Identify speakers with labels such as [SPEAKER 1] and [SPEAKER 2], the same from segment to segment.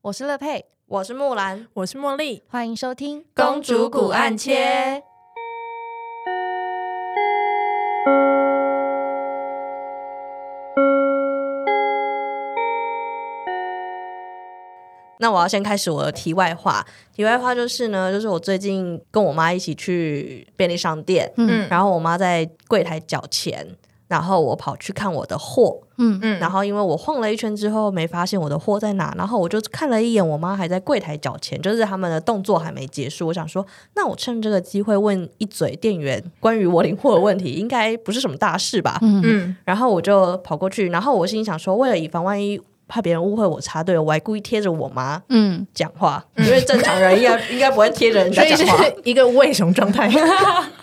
[SPEAKER 1] 我是乐佩，
[SPEAKER 2] 我是木兰，
[SPEAKER 3] 我是茉莉，
[SPEAKER 1] 欢迎收听《
[SPEAKER 2] 公主骨暗切》。那我要先开始我的题外话。题外话就是呢，就是我最近跟我妈一起去便利商店，
[SPEAKER 1] 嗯
[SPEAKER 3] 嗯
[SPEAKER 2] 然后我妈在柜台缴钱，然后我跑去看我的货，
[SPEAKER 1] 嗯
[SPEAKER 3] 嗯
[SPEAKER 2] 然后因为我晃了一圈之后没发现我的货在哪，然后我就看了一眼，我妈还在柜台缴钱，就是他们的动作还没结束。我想说，那我趁这个机会问一嘴店员关于我领货的问题，应该不是什么大事吧？
[SPEAKER 1] 嗯
[SPEAKER 3] 嗯
[SPEAKER 2] 然后我就跑过去，然后我心里想说，为了以防万一。怕别人误会我插队，我还故意贴着我妈
[SPEAKER 1] 嗯，
[SPEAKER 2] 讲话，因为正常人应该应该不会贴着人家
[SPEAKER 3] 所以
[SPEAKER 2] 讲
[SPEAKER 3] 是
[SPEAKER 2] 话，
[SPEAKER 3] 一个为什么状态？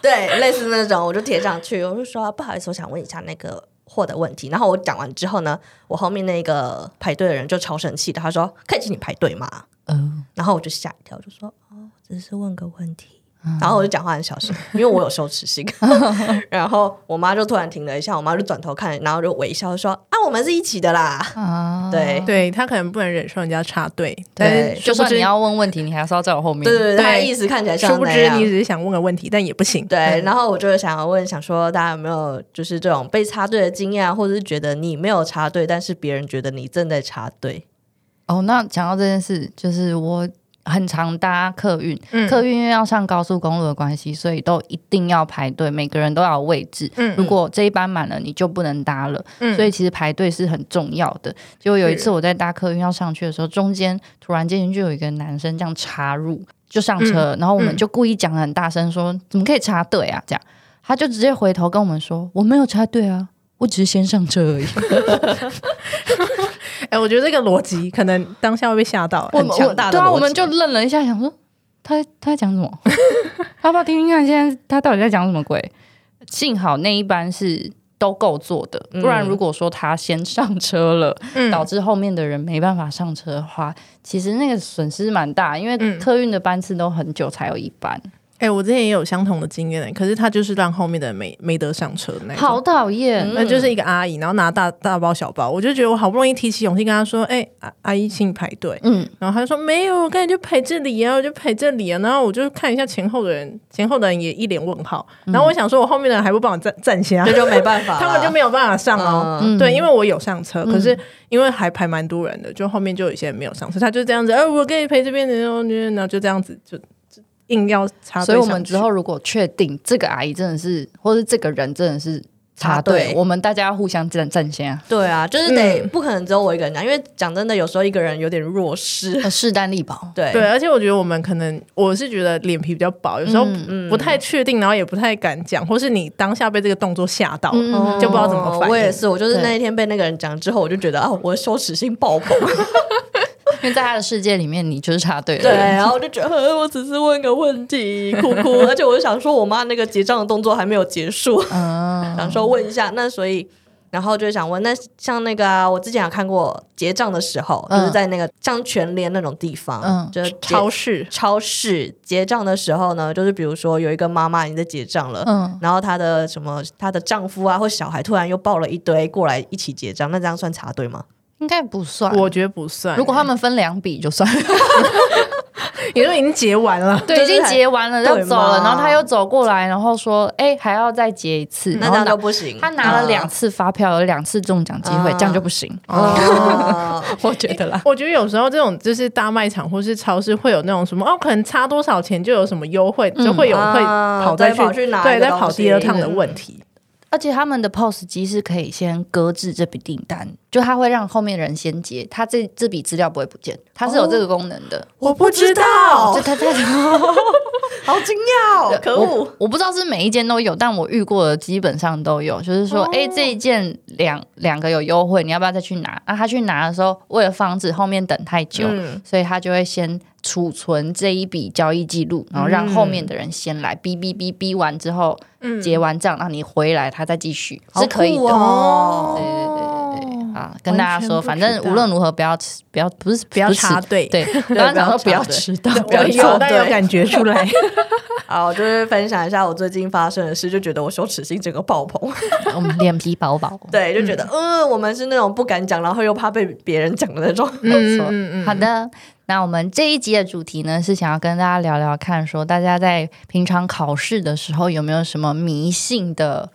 [SPEAKER 2] 对，类似那种，我就贴上去，我就说不好意思，我想问一下那个货的问题。然后我讲完之后呢，我后面那个排队的人就超生气的，他说可以请你排队吗？
[SPEAKER 1] 哦，
[SPEAKER 2] 然后我就吓一跳，我就说哦，只是问个问题。然后我就讲话很小声，因为我有羞耻心。然后我妈就突然停了一下，我妈就转头看，然后就微笑说：“啊，我们是一起的啦。
[SPEAKER 1] 啊
[SPEAKER 2] 哦对
[SPEAKER 3] 对他可能不能忍受人家插队，但
[SPEAKER 2] 对
[SPEAKER 3] 是
[SPEAKER 4] 就
[SPEAKER 3] 殊不
[SPEAKER 4] 算
[SPEAKER 3] 知
[SPEAKER 4] 你要问问题，你还是要在我后”面。
[SPEAKER 2] 对对对，
[SPEAKER 3] 对
[SPEAKER 2] 她意思看起来像
[SPEAKER 3] 殊不
[SPEAKER 2] 那
[SPEAKER 3] 知
[SPEAKER 2] 样
[SPEAKER 3] 你只是想问个问题，但也不行。
[SPEAKER 2] 对，然后我就是想要问，想说大家有没有就是这种被插队的经验啊，或者是觉得你没有插队，但是别人觉得你正在插队？
[SPEAKER 4] 哦，那讲到这件事，就是我很常搭客运，
[SPEAKER 3] 嗯
[SPEAKER 4] 客运因为要上高速公路的关系，所以都一定要排队，每个人都要有位置。
[SPEAKER 3] 嗯
[SPEAKER 4] 如果这一班满了，你就不能搭了。
[SPEAKER 3] 嗯
[SPEAKER 4] 所以其实排队是很重要的。就有一次我在搭客运要上去的时候，中间突然间就有一个男生这样插入，就上车，然后我们就故意讲得很大声说：“怎么可以插队啊？”这样，他就直接回头跟我们说：“我没有插队啊，我只是先上车而已。”
[SPEAKER 3] 哎，我觉得这个逻辑可能当下会被吓到。
[SPEAKER 4] 我
[SPEAKER 3] 很
[SPEAKER 4] 们
[SPEAKER 3] 强
[SPEAKER 4] 我
[SPEAKER 2] 大的
[SPEAKER 4] 对啊，
[SPEAKER 2] 逻
[SPEAKER 4] 我们
[SPEAKER 2] 辑
[SPEAKER 4] 就愣了一下，想说他在他在讲什么？ 要不要听听看？现在他到底在讲什么鬼？幸好那一班是都够坐的，不然
[SPEAKER 2] 嗯
[SPEAKER 4] 如果说他先上车了，
[SPEAKER 3] 嗯
[SPEAKER 4] 导致后面的人没办法上车的话，其实那个损失蛮大，因为
[SPEAKER 3] 嗯
[SPEAKER 4] 客运的班次都很久才有一班，
[SPEAKER 3] 哎、我之前也有相同的经验、可是他就是让后面的人没没嗯得上车的那一种
[SPEAKER 4] 好，讨厌。
[SPEAKER 3] 那就是一个阿姨，然后拿大大包小包，我就觉得我好不容易提起勇气跟她说，哎、阿阿姨，请你排队。
[SPEAKER 4] 嗯，
[SPEAKER 3] 然后她就说没有，我刚才就排这里啊，我就排这里啊。然后我就看一下前后的人，前后的人也一脸问号。
[SPEAKER 4] 嗯
[SPEAKER 3] 然后我想说，我后面的人还不帮我站站下
[SPEAKER 2] 这，就 没办法啦，
[SPEAKER 3] 他们就没有办法上哦。
[SPEAKER 4] 嗯
[SPEAKER 2] 嗯
[SPEAKER 3] 对，因为我有上车，可是因为还排蛮多人的，就后面就有一些人没有上车，他就这样子，哎、我给你陪这边的哦，然后就这样子就就硬要插队
[SPEAKER 4] 所
[SPEAKER 3] 上去。
[SPEAKER 4] 以我们之后如果确定这个阿姨真的是，或是这个人真的是插
[SPEAKER 2] 插
[SPEAKER 4] 队
[SPEAKER 2] 队，
[SPEAKER 4] 我们大家要互相站站先啊，
[SPEAKER 2] 对啊，就是得、
[SPEAKER 3] 嗯
[SPEAKER 2] 不可能只有我一个人讲，因为讲真的，有时候一个人有点弱势。
[SPEAKER 4] 呃势单力薄。
[SPEAKER 2] 对啊
[SPEAKER 3] 对，而且我觉得我们可能我是觉得脸皮比较薄，有时候
[SPEAKER 4] 嗯
[SPEAKER 3] 不太确定，然后也不太敢讲，或是你当下被这个动作吓到了，
[SPEAKER 4] 嗯
[SPEAKER 3] 就不知道怎么反应
[SPEAKER 2] 哦我也是，我就是
[SPEAKER 4] 对
[SPEAKER 2] 那一天被那个人讲之后，我就觉得啊，我的羞耻心爆棚。
[SPEAKER 4] 因为在他的世界里面，你就是插队
[SPEAKER 2] 对，
[SPEAKER 4] 了。
[SPEAKER 2] 然后我就觉得，呃我只是问个问题，哭 哭。而且我就想说，我妈那个结账的动作还没有结束。
[SPEAKER 4] 嗯，
[SPEAKER 2] 想说问一下，那所以，然后就想问，那像那个啊，我之前有看过结账的时候，
[SPEAKER 4] 嗯
[SPEAKER 2] 就是在那个像全联那种地方，
[SPEAKER 4] 嗯
[SPEAKER 2] 就是结
[SPEAKER 3] 超市
[SPEAKER 2] 超市结账的时候呢，就是比如说有一个妈妈已经在结账了，
[SPEAKER 4] 嗯，
[SPEAKER 2] 然后她的什么她的丈夫啊或小孩突然又抱了一堆过来一起结账，那这样算插队吗？
[SPEAKER 4] 应该不算。
[SPEAKER 3] 我觉得不算。
[SPEAKER 4] 如果 他们分两笔就算，
[SPEAKER 3] 你都已经结完了，
[SPEAKER 4] 对，
[SPEAKER 2] 就
[SPEAKER 4] 已
[SPEAKER 2] 是
[SPEAKER 4] 经结完了
[SPEAKER 2] 对
[SPEAKER 4] 要走了，
[SPEAKER 2] 嘛
[SPEAKER 4] 然后他又走过来，然后说：“哎，还要再结一次。”
[SPEAKER 2] 嗯
[SPEAKER 4] 嗯
[SPEAKER 2] 那
[SPEAKER 4] 然
[SPEAKER 2] 这
[SPEAKER 4] 后
[SPEAKER 2] 样
[SPEAKER 4] 拿
[SPEAKER 2] 就不行。
[SPEAKER 4] 他拿了两次发票，有两次中奖机会
[SPEAKER 2] 啊，
[SPEAKER 4] 这样就不行。
[SPEAKER 2] 哦，
[SPEAKER 4] 我觉得啦，
[SPEAKER 3] 我觉得有时候这种就是大卖场或是超市会有那种什么哦，可能差多少钱就有什么优惠，
[SPEAKER 4] 嗯
[SPEAKER 3] 就会有会
[SPEAKER 2] 啊
[SPEAKER 3] 跑再
[SPEAKER 2] 再跑去拿一
[SPEAKER 3] 对，
[SPEAKER 2] 个
[SPEAKER 3] 再跑
[SPEAKER 2] 东西
[SPEAKER 3] 第二趟的问
[SPEAKER 4] 嗯
[SPEAKER 3] 题。
[SPEAKER 4] 而且他们的 POS 机是可以先搁置这笔订单，就他会让后面人先结，他这这笔资料不会不见，他是有这个功能的。
[SPEAKER 2] 我不知道
[SPEAKER 4] 就，他他
[SPEAKER 2] 好惊讶 哦，可恶！
[SPEAKER 4] 我！我不知道是每一间都有，但我遇过的基本上都有。就是说，哎、这一
[SPEAKER 2] 哦
[SPEAKER 4] 件两两个有优惠，你要不要再去拿？啊，他去拿的时候，为了防止后面等太久，
[SPEAKER 2] 嗯
[SPEAKER 4] 所以他就会先储存这一笔交易记录，然后让后面的人先
[SPEAKER 2] 嗯
[SPEAKER 4] 来，哔哔哔哔完之后，结完账，让你回来，他再继续，是可以的。
[SPEAKER 2] 好酷哦哦
[SPEAKER 4] 对对对对对，啊，跟大家说，
[SPEAKER 3] 完全
[SPEAKER 4] 反
[SPEAKER 3] 不知道
[SPEAKER 4] 正无论如何不要吃，不要不是
[SPEAKER 3] 不要
[SPEAKER 4] 不是
[SPEAKER 3] 插队。
[SPEAKER 4] 对， 刚刚讲说不
[SPEAKER 3] 不
[SPEAKER 4] 要
[SPEAKER 3] 要插队
[SPEAKER 4] 迟到，
[SPEAKER 3] 我有，但有感觉 出来。
[SPEAKER 2] 好，就是分享一下我最近发生的事，就觉得我羞耻心整个爆棚。
[SPEAKER 4] 我们脸皮薄薄。
[SPEAKER 2] 对，就觉得嗯、呃我们是那种不敢讲，然后又怕被别人讲的那种。
[SPEAKER 4] 没错
[SPEAKER 3] 嗯
[SPEAKER 4] 好的，那我们这一集的主题呢，是想要跟大家聊聊看，说大家在平常考试的时候有没有什么迷信的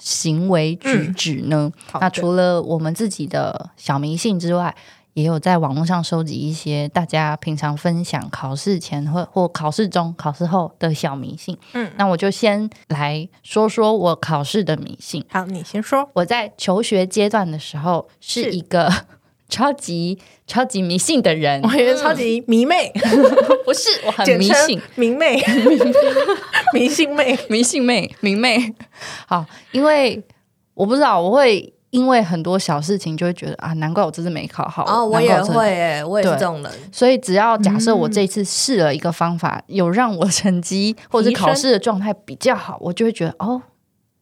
[SPEAKER 4] 行为举止呢？
[SPEAKER 3] 好
[SPEAKER 4] 那
[SPEAKER 3] 的
[SPEAKER 4] 除了我们自己的小迷信之外，也有在网络上收集一些大家平常分享考试前或或考试中、考试后的小迷信。
[SPEAKER 3] 嗯
[SPEAKER 4] 那我就先来说说我考试的迷信。
[SPEAKER 3] 好，你先说。
[SPEAKER 4] 我在求学阶段的时候是
[SPEAKER 3] 是
[SPEAKER 4] 一个 超级超级迷信的人，
[SPEAKER 3] 我也超级迷妹，
[SPEAKER 4] 不是我很嗯
[SPEAKER 3] 简
[SPEAKER 4] 迷
[SPEAKER 3] 称
[SPEAKER 4] 信，
[SPEAKER 3] 迷妹， 迷信妹。
[SPEAKER 4] 迷信妹迷妹。 好，因为我不知道我会。因为很多小事情就会觉得啊，难怪我这次没考好。
[SPEAKER 2] 哦，我
[SPEAKER 4] 难怪
[SPEAKER 2] 也
[SPEAKER 4] 这
[SPEAKER 2] 会、欸，我也是
[SPEAKER 4] 对
[SPEAKER 2] 这种人。
[SPEAKER 4] 所以只要假设我这一次试了一个方法，有让我成绩或者是
[SPEAKER 3] 提升
[SPEAKER 4] 考试的状态比较好，我就会觉得哦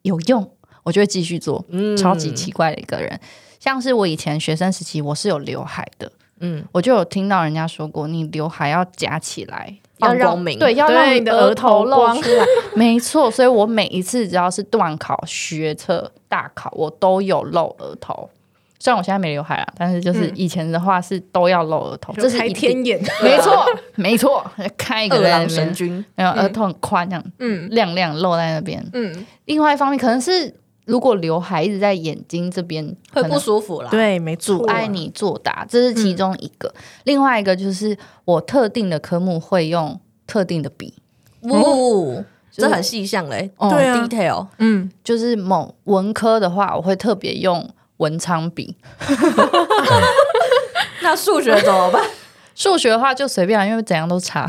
[SPEAKER 4] 有用，我就会继续做。
[SPEAKER 2] 嗯
[SPEAKER 4] 超级奇怪的一个人。像是我以前学生时期，我是有刘海的，
[SPEAKER 2] 嗯，
[SPEAKER 4] 我就有听到人家说过，你刘海要夹起来。要
[SPEAKER 2] 放
[SPEAKER 4] 让
[SPEAKER 2] 光明
[SPEAKER 4] 对，要让
[SPEAKER 3] 对
[SPEAKER 4] 你
[SPEAKER 3] 你
[SPEAKER 4] 的
[SPEAKER 3] 的
[SPEAKER 4] 额
[SPEAKER 3] 额
[SPEAKER 4] 头
[SPEAKER 3] 头
[SPEAKER 4] 露
[SPEAKER 3] 光
[SPEAKER 4] 出来，没错。所以我每一次只要是段考、学测、大考，我都有露额头。虽然我现在没刘海啊，但是就是
[SPEAKER 3] 嗯
[SPEAKER 4] 以前的话是都要露额头，这是
[SPEAKER 3] 开
[SPEAKER 4] 一定
[SPEAKER 3] 天眼，
[SPEAKER 4] 没错，没错，开一个
[SPEAKER 2] 饿
[SPEAKER 4] 在那
[SPEAKER 2] 狼
[SPEAKER 4] 边
[SPEAKER 2] 神，君，
[SPEAKER 4] 没有额头很宽，这样
[SPEAKER 3] 嗯
[SPEAKER 4] 亮亮露在那边。
[SPEAKER 3] 嗯，
[SPEAKER 4] 另外一方面，可能是如果刘海一直在眼睛这边，
[SPEAKER 2] 会
[SPEAKER 4] 可
[SPEAKER 2] 不
[SPEAKER 4] 能
[SPEAKER 2] 舒服啊啦。
[SPEAKER 3] 对，没
[SPEAKER 4] 阻
[SPEAKER 3] 错
[SPEAKER 4] 碍你作答，这是其中一个。
[SPEAKER 2] 嗯
[SPEAKER 4] 另外一个就是我特定的科目会用特定的笔，
[SPEAKER 2] 呜，
[SPEAKER 4] 就是
[SPEAKER 2] 这很细项嘞，
[SPEAKER 4] 嗯哦
[SPEAKER 3] 对啊
[SPEAKER 2] detail。
[SPEAKER 3] 嗯，
[SPEAKER 4] 就是某文科的话，我会特别用文昌笔；
[SPEAKER 2] 那数学 怎么办？
[SPEAKER 4] 数学的话就随便啦，因为怎样都 差。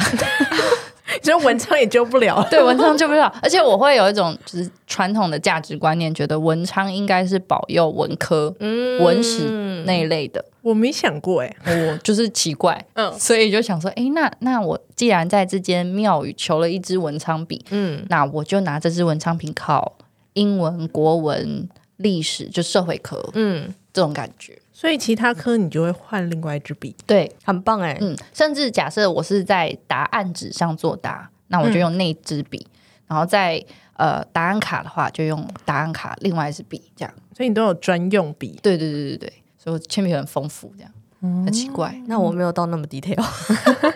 [SPEAKER 3] 所以文章也救不了。
[SPEAKER 4] 对，文昌就不知道，而且我会有一种就是传统的价值观念，觉得文昌应该是保佑文科、
[SPEAKER 2] 嗯
[SPEAKER 4] 文史那一类的。
[SPEAKER 3] 我没想过哎，
[SPEAKER 4] 我就是奇怪，
[SPEAKER 3] 嗯
[SPEAKER 4] 所以就想说，诶，那那我既然在这间庙宇求了一支文昌笔，
[SPEAKER 2] 嗯，
[SPEAKER 4] 那我就拿这支文昌笔考英文、国文、历史，就社会科，
[SPEAKER 2] 嗯，
[SPEAKER 4] 这种感觉。
[SPEAKER 3] 所以其他科你就会换另外一支笔。
[SPEAKER 4] 对，
[SPEAKER 2] 很棒哎。
[SPEAKER 4] 嗯，甚至假设我是在答案纸上作答，那我就用那支笔，然后在呃答案卡的话，就用答案卡另外一支笔，这样。
[SPEAKER 3] 所以你都有专用笔，
[SPEAKER 4] 对对对对对，所以我铅笔很丰富，这样很奇怪。
[SPEAKER 2] 那我没有到那 么 detail，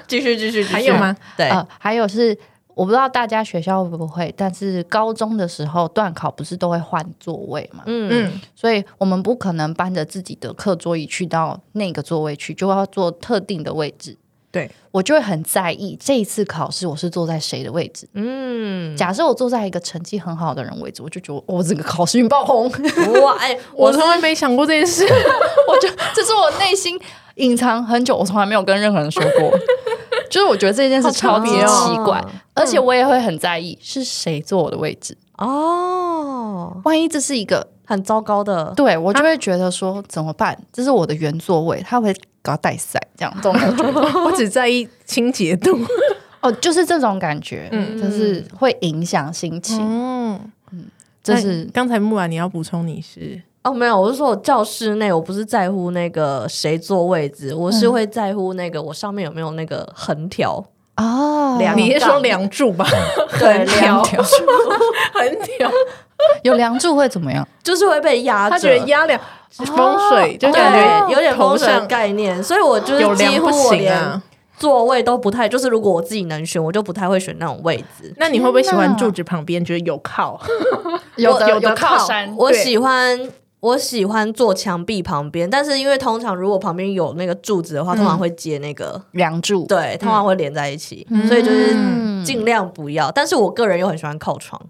[SPEAKER 2] 继续继续，继续
[SPEAKER 3] 还有？吗？
[SPEAKER 2] 对，
[SPEAKER 4] 呃，还有是我不知道大家学校会不会，但是高中的时候段考不是都会换座位嘛，
[SPEAKER 2] 嗯
[SPEAKER 3] 嗯，
[SPEAKER 4] 所以我们不可能搬着自己的课桌椅去到那个座位去，就要坐特定的位置。
[SPEAKER 3] 对
[SPEAKER 4] 我就会很在意这一次考试我是坐在谁的位置。
[SPEAKER 2] 嗯，
[SPEAKER 4] 假设我坐在一个成绩很好的人位置，我就觉得哦我整个考试运爆红，
[SPEAKER 2] 哇，哎，
[SPEAKER 3] 我
[SPEAKER 2] 我
[SPEAKER 3] 从来没想过这件事。
[SPEAKER 4] 我就这是我内心隐藏很久，我从来没有跟任何人说过。就是我觉得这件事超
[SPEAKER 3] 好
[SPEAKER 4] 级
[SPEAKER 3] 特别哦
[SPEAKER 4] 奇怪，而且我也会很在意是谁坐我的位置。
[SPEAKER 2] 哦，
[SPEAKER 4] 万一这是一个，
[SPEAKER 2] 很糟糕的，
[SPEAKER 4] 对我就会觉得说、怎么办？这是我的原座位，他会搞带赛这样，这种感觉
[SPEAKER 3] 我只在意清洁度。
[SPEAKER 4] 哦，就是这种感觉，
[SPEAKER 3] 嗯
[SPEAKER 4] 就是会影响心情。
[SPEAKER 3] 哦，
[SPEAKER 4] 这是
[SPEAKER 3] 那刚才木兰你要补充你是
[SPEAKER 2] 哦，没有，我是说我教室内，我不是在乎那个谁坐位置，我是会在乎那个我上面有没有那个横条，
[SPEAKER 4] 哦
[SPEAKER 2] 两
[SPEAKER 3] 你是说梁祝吧？
[SPEAKER 2] 对，
[SPEAKER 3] 条
[SPEAKER 2] 两条，
[SPEAKER 3] 很屌，
[SPEAKER 4] 有梁柱会怎么样？
[SPEAKER 2] 就是会被压着，
[SPEAKER 3] 他觉得压梁风水就
[SPEAKER 2] 对
[SPEAKER 3] 感觉
[SPEAKER 2] 有点
[SPEAKER 3] 头
[SPEAKER 2] 风水的
[SPEAKER 3] 上
[SPEAKER 2] 概念，所以我就是
[SPEAKER 3] 有
[SPEAKER 2] 几
[SPEAKER 3] 梁
[SPEAKER 2] 乎
[SPEAKER 3] 不
[SPEAKER 2] 我
[SPEAKER 3] 行
[SPEAKER 2] 连
[SPEAKER 3] 啊。
[SPEAKER 2] 座位都不太，就是如果我自己能选，我就不太会选那种位置。
[SPEAKER 3] 那你会不会喜欢
[SPEAKER 4] 天哪
[SPEAKER 3] 柱子旁边？觉得有靠？
[SPEAKER 4] 有
[SPEAKER 2] 的
[SPEAKER 4] 的
[SPEAKER 3] 有的
[SPEAKER 4] 靠
[SPEAKER 3] 靠
[SPEAKER 4] 山，
[SPEAKER 2] 我
[SPEAKER 3] 对
[SPEAKER 2] 喜欢我喜欢坐墙壁旁边，但是因为通常如果旁边有那个柱子的话，通常会接那个，
[SPEAKER 4] 梁柱，
[SPEAKER 2] 对，通常会连在一起，所以就是
[SPEAKER 4] 嗯
[SPEAKER 2] 尽量不要。但是我个人又很喜欢靠窗，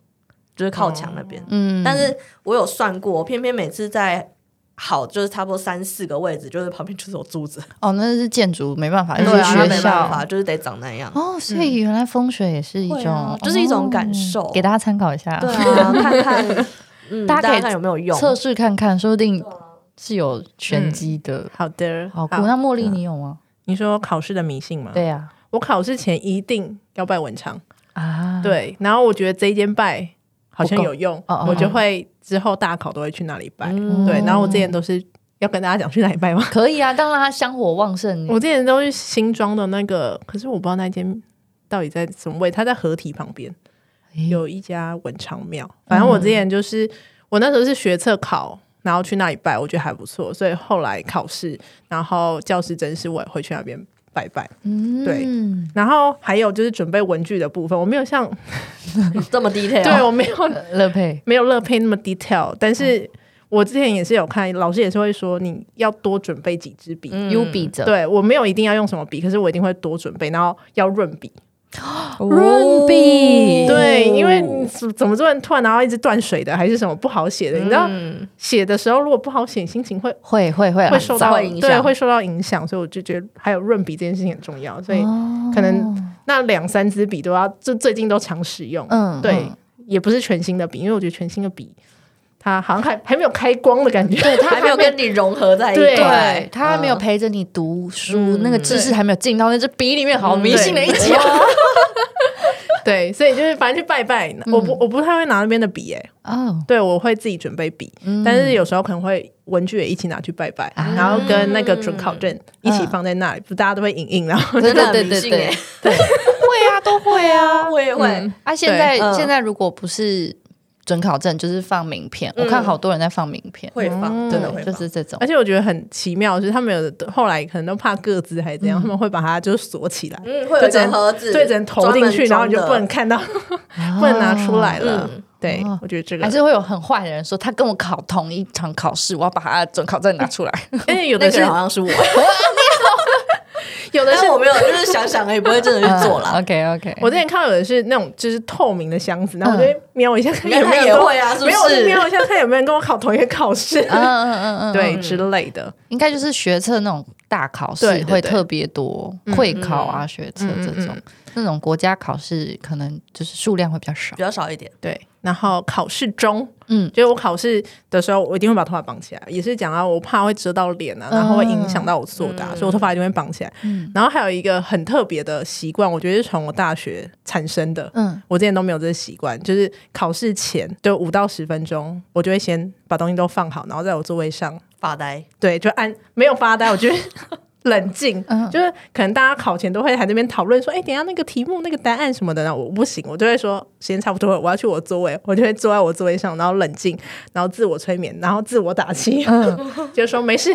[SPEAKER 2] 就是靠墙那边。
[SPEAKER 4] 嗯
[SPEAKER 2] 但是我有算过，偏偏每次在好就是差不多三四个位置，就是旁边就是有柱子，
[SPEAKER 4] 哦，那是建筑，没办法，
[SPEAKER 3] 对
[SPEAKER 4] 那
[SPEAKER 3] 啊
[SPEAKER 4] 是
[SPEAKER 2] 那
[SPEAKER 4] 学
[SPEAKER 2] 没办法，
[SPEAKER 4] 校。
[SPEAKER 2] 就是得长那样。
[SPEAKER 4] 哦，所以
[SPEAKER 3] 嗯
[SPEAKER 4] 原来风水也是一
[SPEAKER 2] 会
[SPEAKER 4] 种，
[SPEAKER 2] 啊就是一种感
[SPEAKER 4] 哦
[SPEAKER 2] 受
[SPEAKER 4] 给大家参考一下，
[SPEAKER 2] 对啊， 看看，嗯，
[SPEAKER 4] 大家
[SPEAKER 2] 大
[SPEAKER 4] 可以
[SPEAKER 2] 家看有没有啊用？
[SPEAKER 4] 测试看看，说不定是有玄机的。
[SPEAKER 3] 好的，
[SPEAKER 2] 嗯
[SPEAKER 4] 好酷，那
[SPEAKER 2] 啊
[SPEAKER 4] 茉莉你有吗？
[SPEAKER 3] 你说考试的迷信吗？
[SPEAKER 4] 对啊呀，
[SPEAKER 3] 我考试前一定要拜文昌，
[SPEAKER 4] 啊，，
[SPEAKER 3] 对，然后我觉得这一间拜好像有用
[SPEAKER 4] 不够哦哦，
[SPEAKER 3] 我就会之后大考都会去那里拜。
[SPEAKER 2] 嗯
[SPEAKER 3] 对，然后我之前都是要跟大家讲去哪里拜吗？
[SPEAKER 4] 可以啊，当然它香火旺盛。
[SPEAKER 3] 我之前都去新庄的那个，可是我不知道那间到底在什么位，它在合体旁边
[SPEAKER 4] 哎嗯
[SPEAKER 3] 有一家文昌庙。反正我之前就是、我那时候是学测考，然后去那里拜，我觉得还不错，所以后来考试，然后教师真是我也会去那边拜拜。
[SPEAKER 4] 嗯
[SPEAKER 3] 对然后还有就是准备文具的部分，我没有像嗯
[SPEAKER 2] 这么 detail，
[SPEAKER 4] 啊
[SPEAKER 3] 对我没有
[SPEAKER 4] 乐佩，
[SPEAKER 3] 没有乐佩那么 detail，但
[SPEAKER 2] 嗯
[SPEAKER 3] 是我之前也是有看，老师也是会说你要多准备几支笔。
[SPEAKER 2] 嗯
[SPEAKER 4] U 比着，
[SPEAKER 3] 对我没有一定要用什么笔，可是我一定会多准备，然后
[SPEAKER 2] 嗯
[SPEAKER 3] 要润笔。
[SPEAKER 4] 润笔
[SPEAKER 3] 对，因为你怎怎么突然突然然后一直断水的，还是什么不好写的，你知道
[SPEAKER 2] 嗯
[SPEAKER 3] 写的时候如果不好写，心情会
[SPEAKER 4] 会会会
[SPEAKER 3] 会受到
[SPEAKER 2] 会影响
[SPEAKER 3] 对会受到影响，所以我就觉得还有润笔这件事情很重要，所以
[SPEAKER 4] 哦
[SPEAKER 3] 可能那两三支笔都要，就最近都常使用。
[SPEAKER 4] 嗯
[SPEAKER 3] 对，也不是全新的笔，因为我觉得全新的笔它好像还还没有开光的感觉。
[SPEAKER 2] 对他 还没有跟你融合在一
[SPEAKER 3] 对
[SPEAKER 4] 对他还没有
[SPEAKER 2] 嗯
[SPEAKER 4] 陪着你读书，
[SPEAKER 2] 嗯
[SPEAKER 4] 那个知识还没有进到那支笔里面，好迷信的一集
[SPEAKER 3] 嗯 对，所以就是反正去拜拜，
[SPEAKER 4] 嗯
[SPEAKER 3] 我不我不太会拿那边的笔诶、欸
[SPEAKER 4] 哦。
[SPEAKER 3] 对我会自己准备笔，
[SPEAKER 4] 嗯
[SPEAKER 3] 但是有时候可能会文具也一起拿去拜拜，
[SPEAKER 4] 啊嗯
[SPEAKER 3] 然后跟那个准考证一起放在那里，不大家都会影印，然后
[SPEAKER 4] 对
[SPEAKER 2] 真的
[SPEAKER 4] 对对
[SPEAKER 2] 很迷
[SPEAKER 4] 对
[SPEAKER 2] 信
[SPEAKER 4] 对
[SPEAKER 2] 欸，
[SPEAKER 4] 对，会啊，都会啊。
[SPEAKER 2] 我也会
[SPEAKER 3] 嗯，
[SPEAKER 4] 啊，现在
[SPEAKER 2] 对嗯
[SPEAKER 4] 现在如果不是准考证，就是放名片。我看好多人在放名片，
[SPEAKER 2] 会放，
[SPEAKER 3] 嗯
[SPEAKER 2] 真的
[SPEAKER 4] 对
[SPEAKER 2] 会
[SPEAKER 4] 就
[SPEAKER 2] 放。
[SPEAKER 4] 是这种
[SPEAKER 3] 而。且我觉得很奇妙，就是他们有的后来可能都怕各自还是怎样，
[SPEAKER 4] 嗯
[SPEAKER 3] 他们会把它就锁起来，
[SPEAKER 2] 嗯，会有一
[SPEAKER 3] 就只
[SPEAKER 2] 个
[SPEAKER 3] 能
[SPEAKER 2] 盒子，
[SPEAKER 3] 对，只能投进去，然后
[SPEAKER 2] 专门装
[SPEAKER 3] 你就
[SPEAKER 2] 的
[SPEAKER 3] 不能看到， 不能拿出来了。
[SPEAKER 2] 嗯
[SPEAKER 3] 对
[SPEAKER 4] 哦，
[SPEAKER 3] 我觉得这个
[SPEAKER 4] 还，是会有很坏的人说，他跟我考同一场考试，我要把他的准考证拿出来。
[SPEAKER 3] 因哎为有
[SPEAKER 2] 那
[SPEAKER 3] 的
[SPEAKER 2] 个
[SPEAKER 3] 是
[SPEAKER 2] 人好像是 我，
[SPEAKER 3] 有 的
[SPEAKER 2] 但
[SPEAKER 3] 是
[SPEAKER 2] 是我没有，就是想想而已，不会真的去做 啦。
[SPEAKER 4] OK OK，
[SPEAKER 3] 我之前看到有的是那种就是透明的箱子，然后我就会瞄一下看
[SPEAKER 2] 你看
[SPEAKER 3] 有没有
[SPEAKER 2] 嗯他也
[SPEAKER 3] 人跟我
[SPEAKER 2] 会啊是不
[SPEAKER 3] 没有，我
[SPEAKER 2] 是
[SPEAKER 3] 就瞄一下看有没有人跟我考同一个考试，
[SPEAKER 4] 嗯嗯嗯嗯，
[SPEAKER 3] 对之类的。
[SPEAKER 4] 应该就是学测那种大考
[SPEAKER 3] 对
[SPEAKER 4] 试
[SPEAKER 3] 对
[SPEAKER 4] 会
[SPEAKER 3] 对
[SPEAKER 4] 特别多，会考啊、学测
[SPEAKER 3] 嗯嗯
[SPEAKER 4] 这种，那种国家考试可能就是数量会比较少
[SPEAKER 2] 比。较少一点，
[SPEAKER 3] 对，然后考试中，
[SPEAKER 4] 嗯
[SPEAKER 3] 嗯，就是我考试的时候，我一定会把头发绑起来，也是讲到我怕会遮到脸啊，
[SPEAKER 4] 嗯
[SPEAKER 3] 然后会影响到我作
[SPEAKER 2] 嗯
[SPEAKER 3] 答，所以我头发一定会绑起来。然后还有一个很特别的习惯，我觉得是从我大学产生的。
[SPEAKER 4] 嗯，
[SPEAKER 3] 我之前都没有这个习惯，就是考试前就五到十分钟，我就会先把东西都放好，然后在我座位上
[SPEAKER 2] 发呆。
[SPEAKER 3] 对，就按没有发呆，我 觉得冷静，
[SPEAKER 4] 嗯
[SPEAKER 3] 就是可能大家考前都会还在那边讨论说，哎、等一下那个题目、那个答案什么的，那我不行，我就会说时间差不多了，我要去我座位，我就会坐在我座位上，然后冷静， 然后自我催眠，然后自我打气，就是说没事，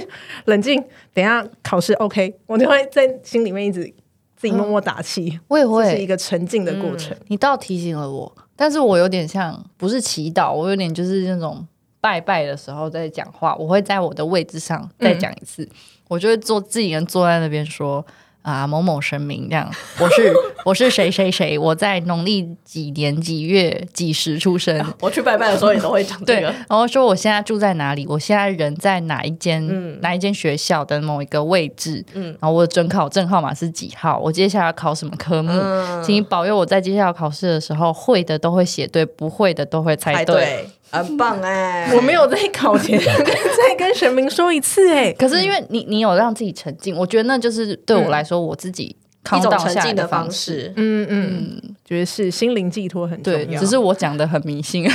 [SPEAKER 3] 冷静，等一下考试 OK，我就会在心里面一直自己默默打气，
[SPEAKER 4] 我也
[SPEAKER 3] 这是一
[SPEAKER 4] 会。
[SPEAKER 3] 个沉静的过程。
[SPEAKER 4] 你倒提醒了我，但是我有点像不是祈祷，我有点就是那种拜拜的时候在讲话，我会在我的位置上再讲一次，我就会坐自己人坐在那边说。啊，某某神明这样，我是 我是谁谁谁，我在农历几年几月几时出生，
[SPEAKER 2] 我去拜拜的时候也都会讲
[SPEAKER 4] 对，
[SPEAKER 2] 这个，
[SPEAKER 4] 然后说我现在住在哪里，我现在人在哪一间、
[SPEAKER 2] 嗯
[SPEAKER 4] 哪一间学校的某一个位置，
[SPEAKER 2] 嗯
[SPEAKER 4] 然后我的准考证号码是几号，我接下来要考什么科目，
[SPEAKER 2] 嗯
[SPEAKER 4] 请你保佑我在接下来考试的时候会的都会写对，不会的都会猜
[SPEAKER 2] 排
[SPEAKER 4] 对。
[SPEAKER 2] 队很棒
[SPEAKER 4] 嗯
[SPEAKER 2] 哎，
[SPEAKER 3] 我没有在考 前再跟神明说一次、哎，
[SPEAKER 4] 可是因
[SPEAKER 2] 嗯
[SPEAKER 4] 为你你有让自己沉浸，我觉得那就是对我来说、我自己
[SPEAKER 2] 一
[SPEAKER 4] 扛
[SPEAKER 2] 种
[SPEAKER 4] 到
[SPEAKER 2] 沉
[SPEAKER 4] 下来
[SPEAKER 2] 浸的
[SPEAKER 4] 方
[SPEAKER 2] 方。式。
[SPEAKER 3] 嗯嗯，觉得是心灵寄托很重
[SPEAKER 4] 对，
[SPEAKER 3] 要。
[SPEAKER 4] 只是我讲的很迷 信。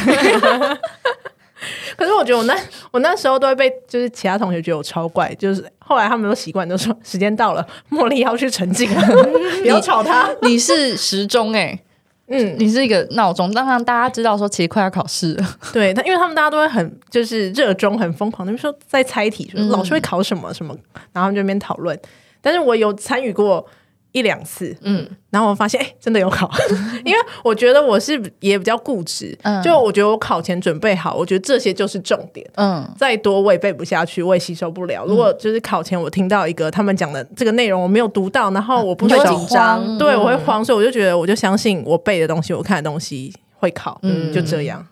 [SPEAKER 3] 可是我觉得我那 我那时候都会被，就是其他同学觉得我超怪，就是后来他们都习惯，都说时间到了，茉莉要去沉静了， 不要吵她。
[SPEAKER 4] 你是时钟哎、
[SPEAKER 3] 嗯，
[SPEAKER 4] 你是一个闹钟，当然大家知道说其实快要考试了。
[SPEAKER 3] 对，他因为他们大家都会很就是热衷、很疯狂，他们说在猜题，
[SPEAKER 4] 嗯
[SPEAKER 3] 说老师会考什么什么，然后他们就在那边讨论。但是我有参与过一两次，
[SPEAKER 4] 嗯，
[SPEAKER 3] 然后我发现哎、真的有考， 因为我觉得我是也比较固执，
[SPEAKER 4] 嗯
[SPEAKER 3] 就我觉得我考前准备好，我觉得这些就是重点。
[SPEAKER 4] 嗯，
[SPEAKER 3] 再多我也背不下去，我也吸收不了。如果就是考前我听到一个他们讲的这个内容我没有读到，然后我不
[SPEAKER 2] 你
[SPEAKER 3] 会
[SPEAKER 2] 会
[SPEAKER 3] 紧
[SPEAKER 2] 紧
[SPEAKER 3] 张，
[SPEAKER 2] 张
[SPEAKER 3] 对我会慌，所以我就觉得我就相信我背的东西，我看的东西会考，嗯，就这样。